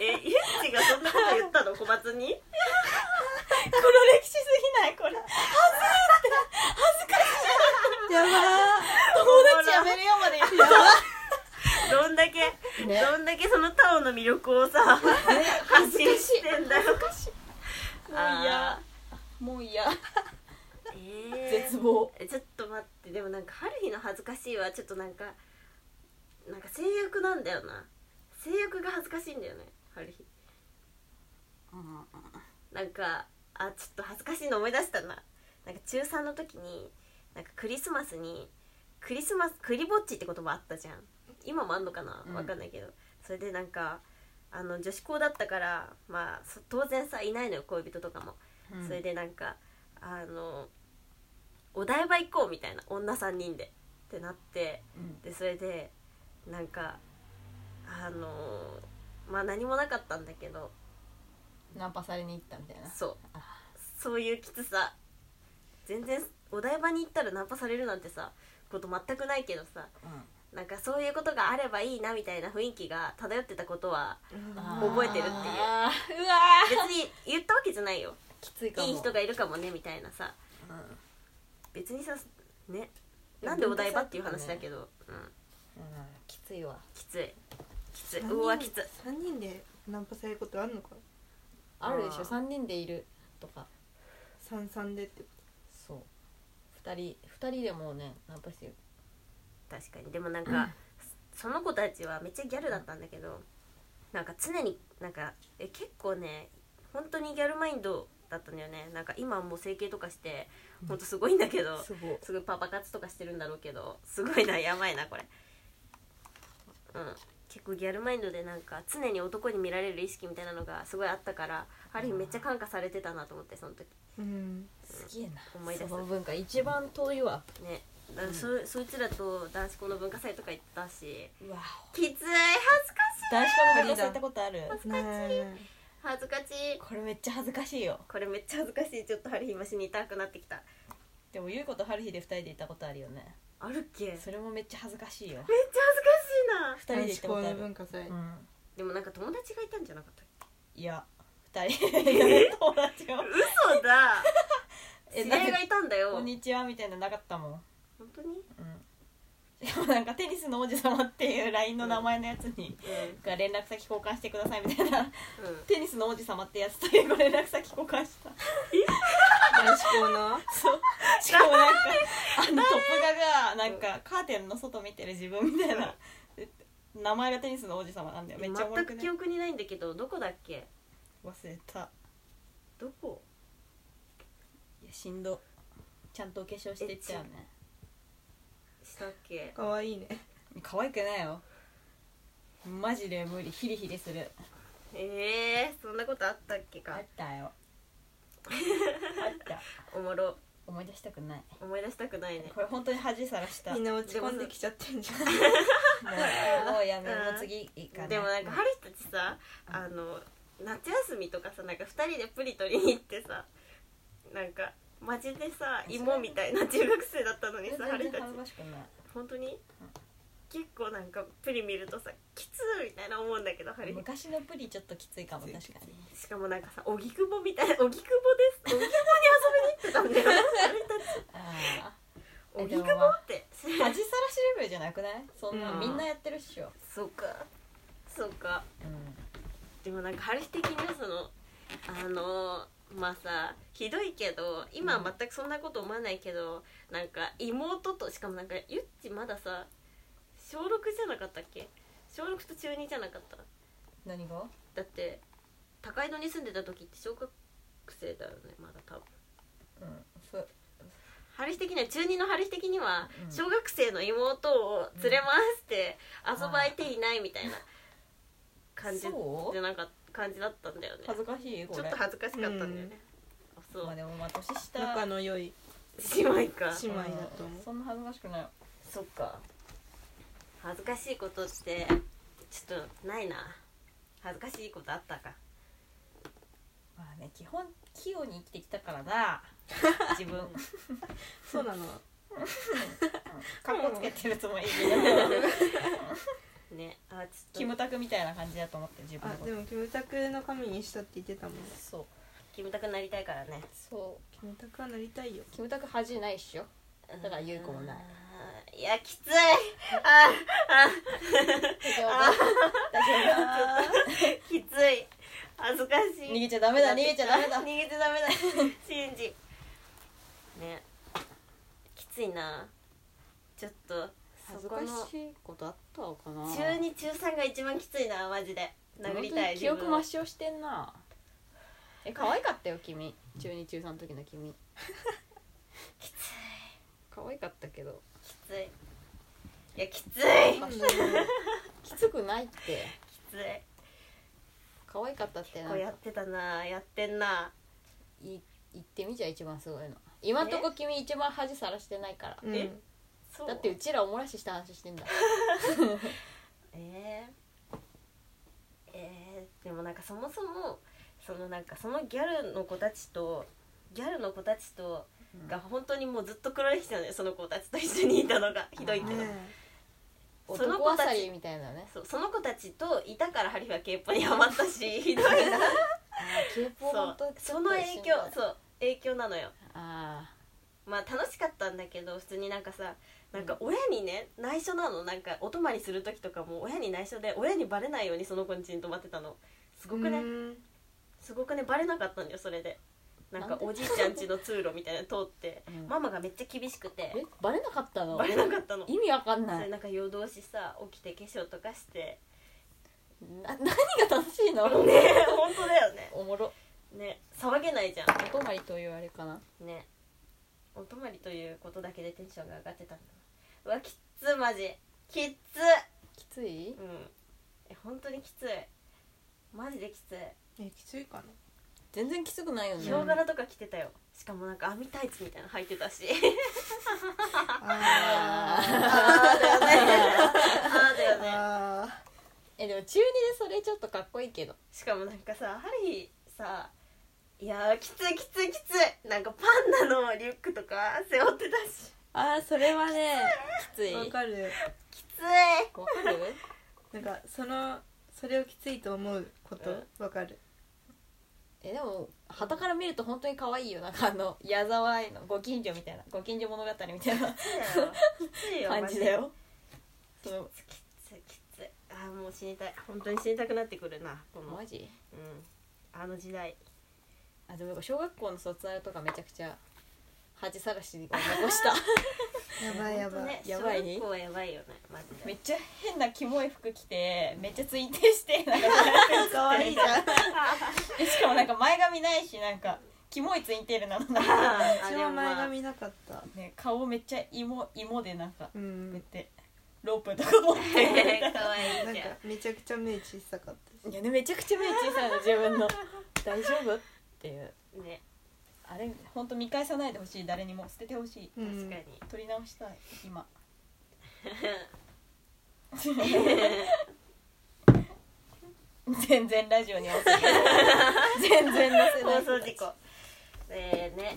Speaker 2: えゆっちがそんなこと言ったの小松に
Speaker 3: 黒歴史すぎないこれ
Speaker 4: やば
Speaker 3: 友達やめるよまで言って
Speaker 2: どんだけ、
Speaker 3: ね
Speaker 2: どんだけそのタオの魅力をさ発信してんだよ
Speaker 3: もう嫌もう嫌
Speaker 2: え
Speaker 3: 絶
Speaker 2: ー
Speaker 3: 望
Speaker 2: えちょっと待ってでもなんか春日の恥ずかしいはちょっとなんかなんか性欲なんだよな性欲が恥ずかしいんだよね春日なんかあちょっと恥ずかしいの思い出したななんか中3の時になんかクリスマスにクリスマスクリぼっちって言葉あったじゃん今もあんのかな
Speaker 3: うん
Speaker 2: わかんないけど、それでなんかあの女子校だったからまあそ当然さいないのよ恋人とかも、
Speaker 3: うん
Speaker 2: それでなんかあのお台場行こうみたいな女3人でってなって
Speaker 3: うん
Speaker 2: でそれでなんかあのまあ何もなかったんだけど
Speaker 3: ナンパされに行ったみたいな
Speaker 2: そう
Speaker 3: あ
Speaker 2: そういうきつさ全然お台場に行ったらナンパされるなんてさこと全くないけどさなんかそういうことがあればいいなみたいな雰囲気が漂ってたことは覚えてるっていう
Speaker 3: あーうわ
Speaker 2: 別に言ったわけじゃないよ
Speaker 3: ーき ついかも
Speaker 2: いい人がいるかもねみたいなさ別にさねなんでお台場っていう話だけど、うん、
Speaker 3: うんきついわ
Speaker 2: きついきつい
Speaker 4: ー
Speaker 2: うわきつい
Speaker 4: 3人でナンパされることあんのか
Speaker 3: あるで
Speaker 2: あ
Speaker 3: しょ
Speaker 2: ー
Speaker 3: 三人でいるとか
Speaker 4: 三三でって
Speaker 3: そう二人二人でもうねナンパしてる
Speaker 2: 確かにでもなんかその子たちはめっちゃギャルだったんだけどなんか常になんかえ結構ね本当にギャルマインドだったんだよねなんか今はもう整形とかして本当すごいんだけど、
Speaker 3: すごい
Speaker 2: すごいパパ活とかしてるんだろうけどすごいなやばいなこれうん結構ギャルマインドでなんか常に男に見られる意識みたいなのがすごいあったからある日めっちゃ感化されてたなと思ってその時
Speaker 4: うん
Speaker 3: すげえな
Speaker 2: 思い出す
Speaker 3: その文化一番遠いわ
Speaker 2: ねだからそ,、そいつらと男子校の文化祭とか行ったし
Speaker 3: うわ
Speaker 2: きつい恥ずかしい
Speaker 3: 男子校の文化行ったことある
Speaker 4: ね
Speaker 2: 恥ずかしい
Speaker 3: これめっちゃ恥ずかしいよ
Speaker 2: これめっちゃ恥ずかしいちょっと春日ましに痛くなってきた
Speaker 3: でもゆうこと春日で二人で行ったことあるよね
Speaker 2: あるっけめっちゃ恥ず
Speaker 3: それもめっちゃ恥ずかしいよ
Speaker 2: かしいな
Speaker 4: 男
Speaker 3: 二人で行っ
Speaker 4: 子
Speaker 3: たこ
Speaker 4: 校
Speaker 3: とあ
Speaker 4: の
Speaker 3: る
Speaker 4: 文化祭
Speaker 3: うん
Speaker 2: でもなんか友達がいたんじゃなかったっ
Speaker 3: いや二人 で友達が
Speaker 2: け嘘 だ
Speaker 3: え
Speaker 2: 知り合いがいたんだ
Speaker 3: 「
Speaker 2: よ
Speaker 3: こん
Speaker 2: 本
Speaker 3: にちは」みたいなのなかったもん
Speaker 2: 当に
Speaker 3: うんしかもなんかテニスの王子様っていう LINE の名前のやつに、
Speaker 2: う
Speaker 3: が連絡先交換してくださいみたいな
Speaker 2: んうん
Speaker 3: テニスの王子様ってやつというご連絡先交換した
Speaker 4: 男子校の
Speaker 3: そうしかもなんかあのトップガがなんかカーテンの外見てる自分みたいなで名前がテニスの王子様なんだよめっちゃおもろ
Speaker 2: 全
Speaker 3: く
Speaker 2: く
Speaker 3: ね
Speaker 2: 記憶にないんだけどどこだっけ
Speaker 3: 忘れた
Speaker 2: どこ
Speaker 3: いやしんどちゃんとお化粧していっちゃうね
Speaker 2: したっけ
Speaker 4: 可愛いね
Speaker 3: 可愛くないよマジで無理ヒリヒリする
Speaker 2: ええー、そんなことあったっけ
Speaker 3: あ
Speaker 2: か
Speaker 3: ったよあった
Speaker 2: おもろ
Speaker 3: 思い出したくない
Speaker 2: 思い出したくないね
Speaker 3: これ本当に恥さらした
Speaker 4: み
Speaker 3: も
Speaker 4: ん
Speaker 3: う
Speaker 4: な落ち込んできちゃってんじゃん
Speaker 3: もうやめよ
Speaker 2: うん
Speaker 3: うもう次いいかな
Speaker 2: でもなんか
Speaker 3: う
Speaker 2: 春日たちさあの夏休みとかさなんか2人でプリ取りに行ってさなんかマジでさ
Speaker 3: それ
Speaker 2: 芋みたいな中学生だったのに
Speaker 3: 全
Speaker 2: さ春日
Speaker 3: 然
Speaker 2: たち
Speaker 3: 恥ずかしくない
Speaker 2: 本当に結構なんかプリ見るとさきつーみたいな思うんだけど春日
Speaker 3: 昔のプリちょっときついかも確かに
Speaker 2: しかもなんかさ荻窪みたいな荻窪です荻窪に遊びに行ってたんだよ
Speaker 3: あ
Speaker 2: 荻
Speaker 3: でも
Speaker 2: 窪
Speaker 3: まあ
Speaker 2: って
Speaker 3: あ恥さらしレベルじゃなくないそんな
Speaker 2: うん
Speaker 3: みんなやってるっしょ
Speaker 2: そうかそうか
Speaker 3: うん
Speaker 2: でもなんか春日的にはそのあのまあさひどいけど今は全くそんなこと思わないけど、なんか妹としかもなんかゆっちまださ小6じゃなかったっけ小6と中2じゃなかった
Speaker 3: 何が
Speaker 2: だって高井戸に住んでた時って小学生だよねまだ多分
Speaker 3: うんそう
Speaker 2: 春日的には中2の春日的には
Speaker 3: うん
Speaker 2: 小学生の妹を連れ回して遊ばれていないみたいな感じじ
Speaker 3: そう
Speaker 2: ゃなかった感じだったんだよね
Speaker 3: 恥ずかしいこ
Speaker 2: ちょ
Speaker 3: れ
Speaker 2: っと恥ずかしかったんだよね。あそう、
Speaker 3: まあでもまあ年下
Speaker 4: 仲の良い
Speaker 2: 姉妹か。
Speaker 4: 姉妹だと思う
Speaker 3: そんな恥ずかしくない
Speaker 2: そっか。恥ずかしいことってちょっとないな。恥ずかしいことあったか。
Speaker 3: まあね基本器用に生きてきたから な自分
Speaker 4: そうなの
Speaker 3: かっこつけてるつもりで
Speaker 2: ね、あち
Speaker 3: キ
Speaker 2: ょっ
Speaker 3: ム
Speaker 2: と
Speaker 3: タクみたいな感じだと思って自分の
Speaker 4: あ
Speaker 3: こと
Speaker 4: でもキムタクの神にしたって言ってたもん
Speaker 3: そう
Speaker 2: キムタクになりたいからね。
Speaker 3: そ
Speaker 4: キムタクはなりたいよ
Speaker 3: うキムタク恥ないっしょだから優子もない
Speaker 2: あー。いやきつい。あ
Speaker 3: 大丈夫大丈
Speaker 2: ーきつい。恥ずかし
Speaker 3: 夫
Speaker 2: い。
Speaker 3: 逃げちゃダメだ逃げちゃダメだ
Speaker 2: 逃げちゃダメだ。信じ。ね。きついな。ちょっと
Speaker 3: 恥
Speaker 2: そ
Speaker 3: ず
Speaker 2: こ
Speaker 3: か
Speaker 2: の
Speaker 3: しいことあったのかな
Speaker 2: 中二中三が一番きついなマジで殴りたい
Speaker 3: 本当に記憶抹
Speaker 2: 自
Speaker 3: 消してんなえ可愛かったよ君中二中三の時の 君きつい可愛かったけど
Speaker 2: 分をきついいやきつい
Speaker 3: おかしいきつくないって
Speaker 2: きつい
Speaker 3: 可愛かったってなん
Speaker 2: こ
Speaker 3: か
Speaker 2: うやってたなやってんない
Speaker 3: 言ってみじゃ一番すごいの今んとこ君一番恥さらしてないから
Speaker 4: うん
Speaker 2: えそ
Speaker 3: だってうちらおもらしした話してんだ
Speaker 2: えーえーでもなんかそもそもそのなんかそのギャルの子たちとギャルの子たちと
Speaker 3: うん
Speaker 2: が本当にもうずっと黒い人ねその子たちと一緒にいたのがひどいけど、
Speaker 4: ね
Speaker 2: その
Speaker 3: 男
Speaker 2: 子
Speaker 3: あ
Speaker 2: たち
Speaker 3: さりみた いなね
Speaker 2: そうその子たちといたからハリフは k p o にハマったしひどいな
Speaker 3: ケープ
Speaker 2: そうその影響そう影響なのよ
Speaker 3: あ
Speaker 2: まあ楽しかったんだけど普通になんかさなんか親にね内緒なのなんかお泊まりする時とかも親に内緒で親にバレないようにその子にちに泊まってたのすごくね
Speaker 4: うん
Speaker 2: すごくねバレなかったんだよそれでなん
Speaker 3: な
Speaker 2: か
Speaker 3: んで
Speaker 2: おじいちゃん家の通路みたいなの通って
Speaker 3: うん
Speaker 2: ママがめっちゃ厳しく
Speaker 3: ーえ
Speaker 2: て
Speaker 3: バレなかったの
Speaker 2: バレなかったの
Speaker 3: 意味わかん
Speaker 2: そ
Speaker 3: な
Speaker 2: れ
Speaker 3: い
Speaker 2: なんか夜通しさ起きて化粧とかして
Speaker 3: な 何が楽しいの
Speaker 2: ね 本当だよね
Speaker 3: おもろ
Speaker 2: ね騒げないじゃ
Speaker 3: お泊まりというあれかなん
Speaker 2: ねお泊まりということだけでテンションが上がってたんだうわきっつマジきっつ
Speaker 3: きつい
Speaker 2: うんえ本当にきついマジできつい
Speaker 4: えきついかな
Speaker 3: 全然きつくないよね
Speaker 2: ヒョウ柄とか着てたよしかもなんか網タイツみたいなの履いてたし
Speaker 4: あ
Speaker 2: あ あだよねああだ
Speaker 4: ー
Speaker 2: よね
Speaker 4: あ
Speaker 3: えでも中二でそれちょっとかっこいいけど
Speaker 2: しかもなんかさハリーさいやーきついきついきついなんかパンダのリュックとか背負ってたし
Speaker 5: あーそれはね
Speaker 3: きつい
Speaker 4: ーわ
Speaker 3: わか
Speaker 4: かる
Speaker 2: きつい
Speaker 3: る
Speaker 4: なんかそのそれをきついと思うこと
Speaker 2: うん
Speaker 4: わかる
Speaker 3: えでも傍から見ると本当に可愛いよなんかあの矢沢愛のご近所みたいなご近所物語みたいな
Speaker 2: きついよ
Speaker 3: 感じだよその
Speaker 2: マジできついきついあーもう死にたい本当に死にたくなってくるなこの
Speaker 3: マジ
Speaker 2: うんあの時代
Speaker 3: あでも小学校の卒アルとかめちゃくちゃ恥さらしを残した
Speaker 4: やばいやばい、
Speaker 2: 本当ね
Speaker 3: やばい
Speaker 2: 小学校はやばいよねマジで
Speaker 3: めっちゃ変なキモい服着てめっちゃツイン テールしてなんか
Speaker 4: かわいいじゃん
Speaker 3: えしかもなんか前髪ないしなんかキモいツインテールなのなんか
Speaker 2: あ
Speaker 4: 一
Speaker 2: でも
Speaker 4: 番前
Speaker 2: まあ
Speaker 4: 髪なかった
Speaker 3: ね顔めっちゃ芋芋でなんか
Speaker 4: う
Speaker 3: こうやっ
Speaker 4: ん
Speaker 3: てロープとか持っ て
Speaker 2: 可 愛
Speaker 4: ないん
Speaker 2: じ
Speaker 4: か
Speaker 2: ゃん
Speaker 4: めちゃくちゃ目小さかったし
Speaker 3: いやねめちゃくちゃ目小さいの自分の大丈夫っていう
Speaker 2: ね
Speaker 3: あれ本当見返さないでほしい誰にも捨ててほしい
Speaker 4: うん
Speaker 2: 確かに
Speaker 3: 撮り直したい今全然ラジオに合わせない全然載せない
Speaker 2: 放送事故えー、ね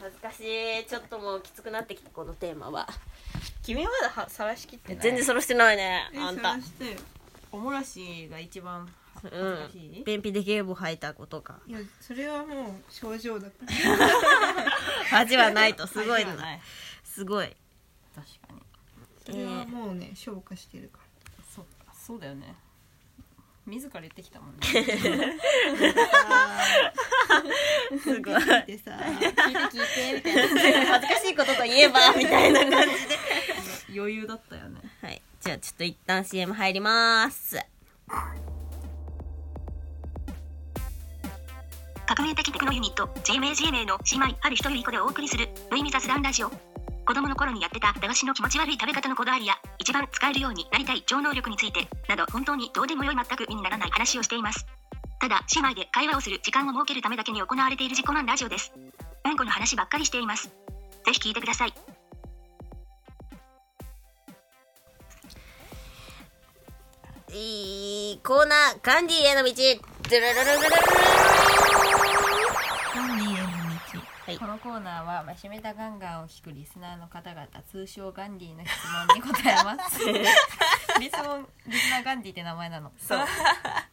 Speaker 2: 恥ずかしいちょっともうきつくなってきたこのテーマは
Speaker 3: 君まだは晒しきってない
Speaker 2: 全然そろしてないねあんた
Speaker 4: え探してよ
Speaker 3: おもらしが一番恥
Speaker 2: う
Speaker 3: ずか
Speaker 2: ん
Speaker 3: しい、
Speaker 2: 便秘でゲーム吐いたことか
Speaker 4: いやそれはもう症状だから
Speaker 2: 恥はないとすごい
Speaker 3: 恥じゃ
Speaker 2: な
Speaker 3: ない
Speaker 2: すごい
Speaker 3: 確かに
Speaker 4: それはもうね消化してるか
Speaker 3: そうかそうだよね自ら言ってきたもんね 聞いて
Speaker 2: すごい
Speaker 4: らでさ
Speaker 3: 聞いてみたいな
Speaker 2: 恥ずかしいことといえばみたいな感じ
Speaker 3: 余裕だったよね
Speaker 2: はいじゃあちょっと一旦 CM 入ります
Speaker 1: 革命的テクノユニット JMAGMA の姉妹ある人ゆい子でお送りする無意味雑談ラジオ子供の頃にやってた駄菓子の気持ち悪い食べ方のこだわりや一番使えるようになりたい超能力についてなど本当にどうでもよい全く意にならない話をしていますただ姉妹で会話をする時間を設けるためだけに行われている自己満ラジオですうんこの話ばっかりしていますぜひ聞いてください
Speaker 2: いいコーナーカンディへの道ドゥルルルルルルル
Speaker 3: コンディへの道、
Speaker 2: はい
Speaker 3: このコーナーはマシュメタガンガンを聞くリスナーの方々通称ガンディの質問に答えます リス問リスナーガンディって名前なの
Speaker 2: そう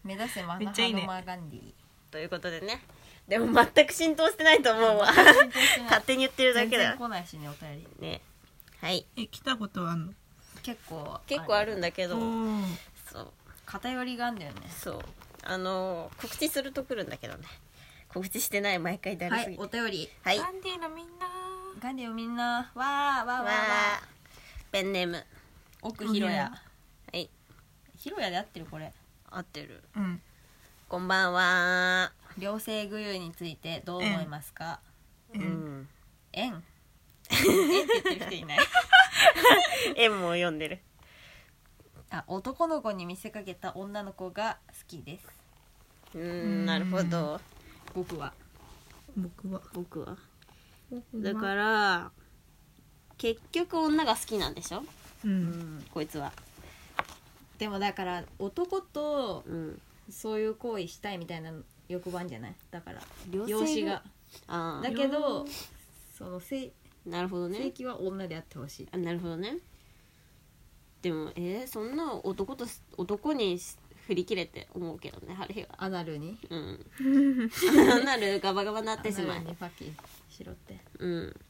Speaker 3: 目指せマ
Speaker 4: め
Speaker 3: ナ
Speaker 4: っ
Speaker 3: ハ
Speaker 4: ちゃいいね
Speaker 3: ノマガンディ
Speaker 2: ということでねでも全く浸透してないと思うわ
Speaker 3: 浸透してない
Speaker 2: 勝手に言ってるだ
Speaker 3: 全
Speaker 2: けだ
Speaker 3: 然
Speaker 2: よ
Speaker 3: 来ないしねお便り
Speaker 2: ねはい
Speaker 4: え来たことはあんの
Speaker 3: 結構
Speaker 2: 結構あるんだけど
Speaker 4: おー
Speaker 2: そう
Speaker 3: 偏りがあんだよね
Speaker 2: そうあのー告知すると来るんだけどね告知してない毎回だるすぎて
Speaker 3: 便り
Speaker 2: はい、
Speaker 5: ガンディのみんな
Speaker 3: ガンディをみんなわーわーわー
Speaker 2: わ
Speaker 3: わ
Speaker 2: あペンネーム
Speaker 3: ー奥ひろや
Speaker 2: はい
Speaker 3: ひろやで合ってるこれ
Speaker 2: 合ってる
Speaker 4: うん
Speaker 2: こんばんは
Speaker 3: 両性具有についてどう思いますか
Speaker 2: うん
Speaker 3: 縁縁って言ってる人いない
Speaker 2: 縁も読んでる
Speaker 3: あ男の子に見せかけた女の子が好きです
Speaker 2: うーんなるほど
Speaker 3: 僕は
Speaker 4: 僕は
Speaker 2: 僕はだから結局女が好きなんでしょ
Speaker 4: う
Speaker 3: うんん
Speaker 2: こいつは
Speaker 3: でもだから男と
Speaker 2: うん
Speaker 3: そういう行為したいみたいな欲望あんじゃないだから
Speaker 2: 両性
Speaker 3: 容姿が
Speaker 2: あ
Speaker 3: だけどその性
Speaker 2: あなるほど
Speaker 3: 性
Speaker 2: ね
Speaker 3: 器は女であってほしい
Speaker 2: あなるほどねでもえー、そんな男とし男にし振り切れて思うけどね春日は
Speaker 3: アナルに
Speaker 2: うん あなるガバガバにな
Speaker 3: ア
Speaker 2: ってしま
Speaker 3: ナ
Speaker 2: う
Speaker 3: ルにパキしろって
Speaker 2: うん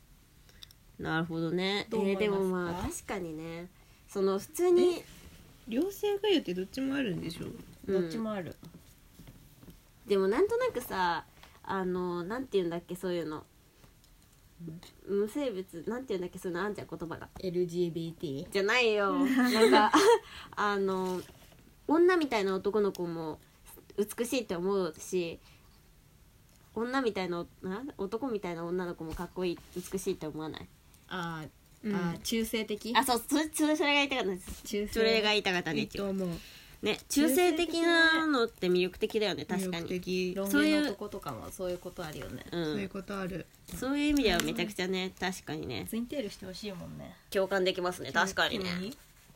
Speaker 2: なるほどね
Speaker 3: どう思
Speaker 2: え
Speaker 3: い
Speaker 2: ーでも
Speaker 3: ますか
Speaker 2: まあ確かにねその普通に
Speaker 4: 両性がゆってどっちもあるんでしょ
Speaker 2: うん
Speaker 3: どっちもある
Speaker 2: でもなんとなくさあのなんて言うんだっけそういうの無生物なんて言うんだっけそういうのあんじゃん言葉が
Speaker 3: LGBT
Speaker 2: じゃないよなんか あの女みたいな男の子も美しいって思うし女みたいなな男みたいな女の子もかっこいい美しいって思わない
Speaker 3: あー、
Speaker 4: うん
Speaker 3: あー中性的
Speaker 2: あそうそそれそれが言いたかったんです
Speaker 3: 中性
Speaker 2: それが言いたかった
Speaker 4: い
Speaker 2: ね
Speaker 4: いと思う
Speaker 2: ね中性的なのって魅力的だよね確か
Speaker 4: 魅力
Speaker 2: に
Speaker 4: 的
Speaker 3: ロン
Speaker 2: そうい
Speaker 3: 毛
Speaker 2: う
Speaker 3: の男とかもそういうことあるよね
Speaker 2: う
Speaker 4: そういうんことある
Speaker 2: そういう意味ではめちゃくちゃね確かにね
Speaker 3: ツインテールしてほしいもんね
Speaker 2: 共感できますね確かにね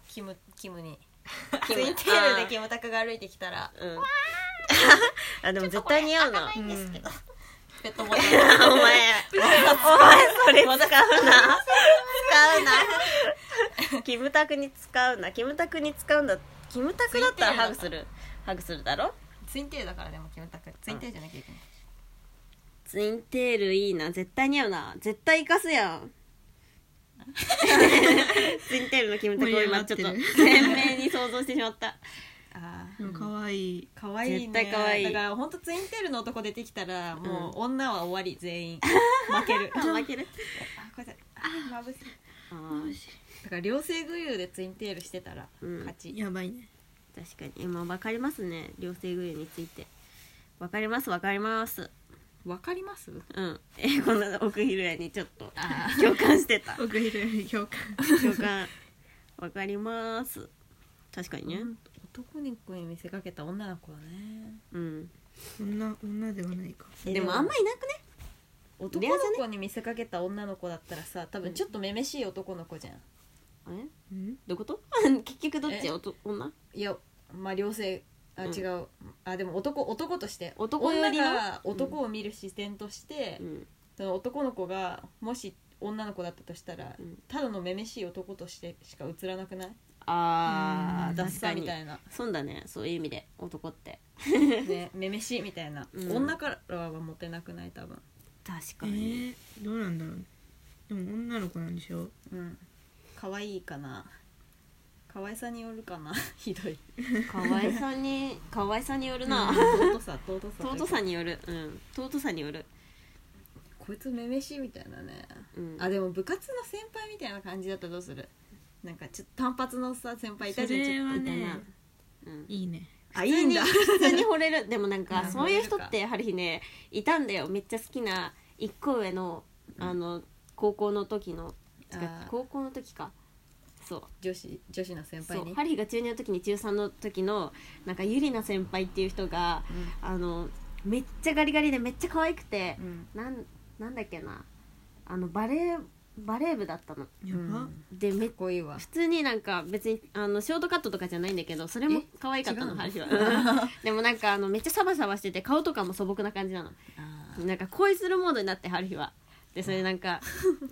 Speaker 3: キムキムに
Speaker 2: キ
Speaker 3: ツ
Speaker 2: ム
Speaker 3: インテールでキムタクが歩いてきたら
Speaker 2: うん あでも絶対似合うな
Speaker 4: うん
Speaker 3: ペットボ
Speaker 2: お
Speaker 3: トル
Speaker 2: 前お前それ 使うな使う なキムタクに使うなキムタクに使うんだキムタクだったらハグするハグするだろ
Speaker 3: ツインテールだからでもキムタクツインテールじゃなきゃいけない
Speaker 2: ツインテールいいな絶対似合うな絶対生かすや んツインテールのキムタクを今ちょっ
Speaker 4: 盛
Speaker 2: と
Speaker 4: り上がってる
Speaker 2: 鮮明に想像してしまった
Speaker 3: あ
Speaker 4: でも可愛い
Speaker 3: 可愛い
Speaker 2: 絶
Speaker 3: ね
Speaker 2: 対可愛い
Speaker 3: だから本当ツインテールの男出てきたらもう女は終わり全 員負ける
Speaker 2: あ負ける
Speaker 3: あこれあ眩しい
Speaker 2: あー
Speaker 3: だから両性具有でツインテールしてたら
Speaker 2: うん
Speaker 3: 勝ち、
Speaker 4: やばいね
Speaker 2: 確かに今分かりますね両性具有について分かります分かります
Speaker 3: わかります
Speaker 2: うんえこの奥ひるやにちょっと共感してた
Speaker 4: 奥いる評価
Speaker 2: 共感わかります確かにね
Speaker 3: 男の子に見せかけた女の子はね
Speaker 2: うん
Speaker 4: 女女ではないか
Speaker 3: え
Speaker 2: でもあんまいなくね
Speaker 3: 男の子に見せかけた女の子だったらさ多分ちょっとめめしい男の子じゃん、
Speaker 2: あれど
Speaker 4: うん
Speaker 2: ういうこと 結局どっち
Speaker 3: え
Speaker 2: おと女
Speaker 3: いやまあ両性あ
Speaker 2: うん
Speaker 3: 違う、あでも男男として
Speaker 2: 男寄りの
Speaker 3: 女が男を見る視点として、
Speaker 2: うん
Speaker 3: その男の子がもし女の子だったとしたら、
Speaker 2: うん
Speaker 3: ただのめめしい男としてしか映らなくない
Speaker 2: あー
Speaker 3: ダッ
Speaker 2: 確か
Speaker 3: サみ
Speaker 2: に
Speaker 3: た いな、
Speaker 2: そうだねそういう意味で男って
Speaker 3: ね、めめしいみたいな、
Speaker 2: うん
Speaker 3: 女からはモテなくない多分、
Speaker 2: 確
Speaker 4: えー、どうなんだろうでも女の子なんでしょ
Speaker 3: うん、可愛いかな可愛さによるかな ひ どい
Speaker 2: 可愛さに可愛さによるな、
Speaker 3: 尊さ尊さ
Speaker 2: 尊さによるうん尊さによる
Speaker 3: こいつめめしいみたいなね、
Speaker 2: うん
Speaker 3: あでも部活の先輩みたいな感じだったらどうするなんかちょっと単発のさ先輩いたじゃんちょっと
Speaker 2: いたなうん
Speaker 4: いいね
Speaker 3: あいいんだ
Speaker 2: 普通に惚れるでもなんか
Speaker 3: うん
Speaker 2: そういう人ってやはりねいたんだよめっちゃ好きな一個上のあの高校の時の
Speaker 3: あ
Speaker 2: 違う
Speaker 3: ー
Speaker 2: 高校の時かそう
Speaker 3: 女子女子の先輩
Speaker 2: そ
Speaker 3: に
Speaker 2: うハリーが中2の時に中3の時のなんかゆりな先輩っていう人が
Speaker 3: うん
Speaker 2: あのめっちゃガリガリでめっちゃ可愛くて
Speaker 3: うん
Speaker 2: なんなんだっけなあのバレーバレー部だったの
Speaker 4: や
Speaker 3: うん
Speaker 4: ば、
Speaker 2: でめ
Speaker 3: かっこいいわ
Speaker 2: 普通になんか別にあのショートカットとかじゃないんだけどそれも
Speaker 3: え
Speaker 2: 可愛かったの
Speaker 3: 違うの
Speaker 2: ハリーは うんでもなんかあのめっちゃサバサバしてて顔とかも素朴な感じなのなんか恋するモードになってハルヒはでそれなん か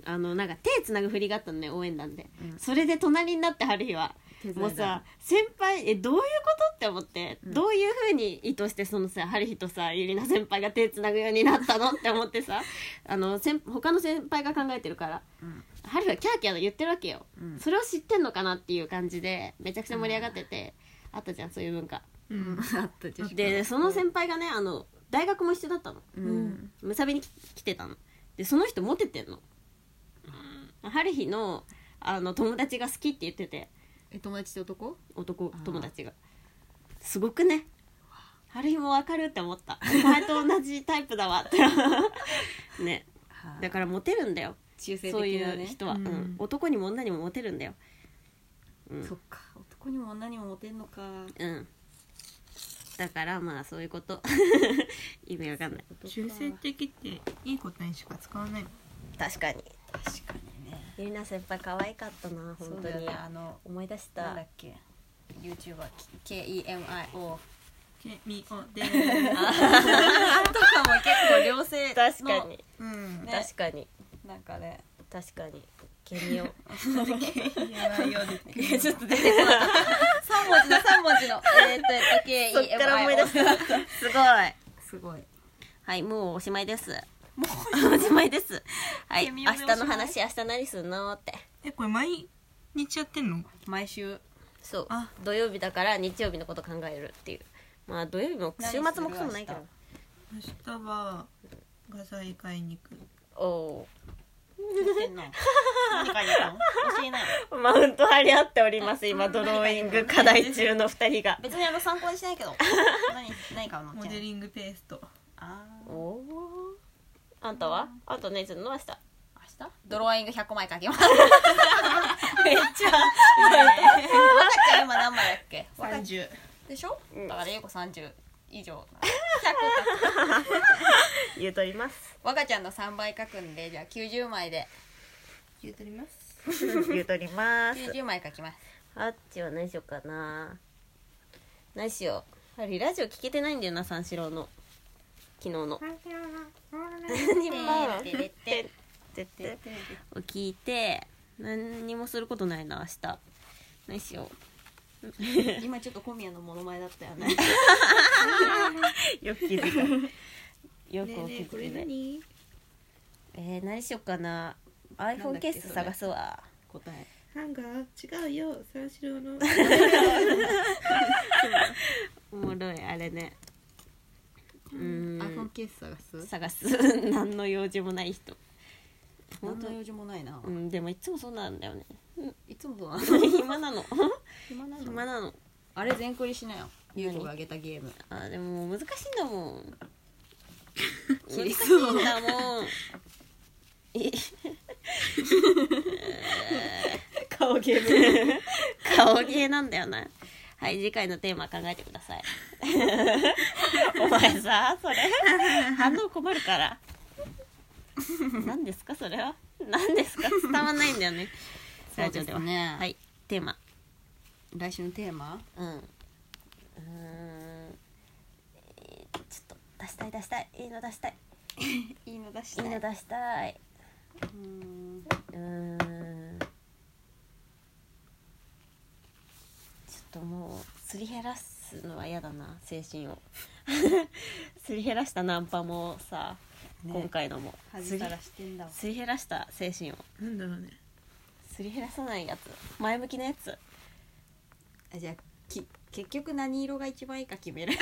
Speaker 2: あのなんか手つなぐ振りがあったのね応援団で、
Speaker 3: うん
Speaker 2: それで隣になってハルヒは
Speaker 3: 手伝
Speaker 2: もう
Speaker 3: いだ
Speaker 2: さ先輩えどういうことって思って、
Speaker 3: うん
Speaker 2: どういうふうに意図してそのさハルヒとさゆりな先輩が手つなぐようになったのって思ってさあの先他の先輩が考えてるから、
Speaker 3: うん
Speaker 2: ハルヒはキャーキャー言ってるわけよ、
Speaker 3: うん
Speaker 2: それを知ってんのかなっていう感じでめちゃくちゃ盛り上がってて、あったじゃんそういう文化
Speaker 4: うん、
Speaker 3: あった女子
Speaker 2: でその先輩がねあの大学も一緒だったの
Speaker 3: うん
Speaker 2: むさびに来来てたのでその人モテてんの、春日のあの友達が好きって言ってて
Speaker 3: え友達って男
Speaker 2: 男
Speaker 3: あー
Speaker 2: 友達がすごくね春日もわかるって思ったお前と同じタイプだわ ってねだからモテるんだよ、
Speaker 3: 中性
Speaker 2: そう
Speaker 3: 的
Speaker 2: い
Speaker 3: な
Speaker 2: う
Speaker 3: ね
Speaker 2: 人は、うん
Speaker 4: うん
Speaker 2: 男にも女にもモテるんだようん
Speaker 3: そっか男にも女にもモテんのか
Speaker 2: うんだからまあそういうこと 意味わかんない
Speaker 4: 中性的っていいことにしか使わないもん
Speaker 2: 確かに
Speaker 3: 確かにね
Speaker 2: ゆりな先輩可愛かったな
Speaker 3: そうだよねあの
Speaker 2: 思い出し
Speaker 3: なんだっけ YouTuber KEMIO
Speaker 4: けみおで
Speaker 3: とかも結構両性の
Speaker 2: 確かに、
Speaker 4: うん
Speaker 3: ね
Speaker 2: 確かに
Speaker 3: なんかね
Speaker 2: 確かにケミオ
Speaker 4: やばいよで
Speaker 3: ちょっと出てこなかった三文字の三文字のえーっとえっと KEMIO
Speaker 2: そっから思い出したすごい
Speaker 3: すごい
Speaker 2: はいもうおしまいですもうおしまいですはい
Speaker 3: ケミ
Speaker 2: 明
Speaker 3: オでおし
Speaker 2: 日
Speaker 3: まい
Speaker 2: の話明日何すんのって
Speaker 4: えこれ毎日やってんの
Speaker 3: 毎週
Speaker 2: そう
Speaker 4: あ
Speaker 2: 土曜日だから日曜日のこと考えるっていうまあ土曜日も週末もクソもないけど
Speaker 3: 何
Speaker 4: 明日は画材買いに行く
Speaker 2: おお
Speaker 3: 何の何か言うの教えない
Speaker 2: ーマウント張り合っております今ドローイング課題中の2人が
Speaker 3: 別にあの参考にしないけど何何かの
Speaker 4: モデリングペースト
Speaker 3: あ
Speaker 2: おおあんたはあんたねずんの明日
Speaker 3: ー明日ドローイング100個枚書きます
Speaker 2: めっ ちゃ
Speaker 3: 若ちゃん今何枚だっけ若ち
Speaker 4: 30
Speaker 3: でしょ、
Speaker 2: ん
Speaker 3: だからゆうこ30以上
Speaker 2: 言うとります
Speaker 3: 若ちゃんの3倍書くんでじゃあ90枚で
Speaker 4: 言うとります
Speaker 2: 言うとります
Speaker 3: 90枚書きます
Speaker 2: あっちは何しようかな何しようあれラジオ聞けてないんだよな三四郎の昨日の何にも
Speaker 3: てれてれ
Speaker 2: 絶対を聞いて何にもすることないな明日何しよ
Speaker 3: 今ちょっと小宮のモノマネだったよね
Speaker 2: うよく気づいたよく
Speaker 4: ね
Speaker 2: お
Speaker 4: えね
Speaker 2: 気
Speaker 4: えこれ
Speaker 2: づきで
Speaker 4: 何
Speaker 2: えー、何しようかな
Speaker 3: なん
Speaker 2: iPhone
Speaker 3: だっ
Speaker 2: ケ
Speaker 3: け
Speaker 2: ース探すわ
Speaker 3: 答え
Speaker 4: ハンガー違うよ三四郎の
Speaker 2: おもろいあれねうーん
Speaker 3: ケース探
Speaker 2: 探す 何の用事もない人
Speaker 3: 何の用事もないな、
Speaker 2: うんでもいつもそうなん だよね
Speaker 3: いつもどう なの
Speaker 2: 暇なの
Speaker 3: 暇な
Speaker 2: 暇なの
Speaker 3: あれ全クリしなよ
Speaker 2: 何
Speaker 3: ゆうこがあげたゲーム
Speaker 2: あでも難しいんだもん切りそうだもん
Speaker 3: 顔ゲーム
Speaker 2: 顔芸なんだよなはい次回のテーマ考えてくだ さいお前さそれ反応困るから何ですかそれは何ですか伝わんないんだよね
Speaker 3: そうですね
Speaker 2: はいテーマ
Speaker 3: 来週のテーマ
Speaker 2: うんうーんえーちょっと出したい出したいいいの出したい
Speaker 3: いいの出し
Speaker 2: いいの出したいう
Speaker 3: ーん
Speaker 2: うーんちょっともうすり減らすのは嫌だな精神を すり減らしたナンパもさ、
Speaker 3: ね
Speaker 2: 今回のもす
Speaker 3: 恥
Speaker 2: り
Speaker 3: さらしてんだわ
Speaker 2: すり減らした精神を
Speaker 4: なんだろうね
Speaker 2: すり減らさないやつ前向きなやつ
Speaker 3: あじゃあき結局何色が一番いいか決める
Speaker 2: いい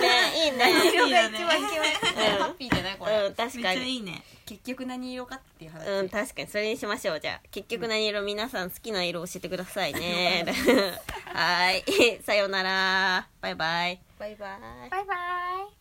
Speaker 2: ねいいね
Speaker 3: 色が一番決めるハッピーじゃないこれ、
Speaker 2: うん確
Speaker 4: めっ
Speaker 2: か
Speaker 4: ちゃい
Speaker 2: に
Speaker 4: いね
Speaker 3: 結局何色かっていう話、
Speaker 2: うん確かにそれにしましょうじゃあ結局何色、皆さん好きな色教えてください ね はーいさようならバイバイ
Speaker 3: バイバイ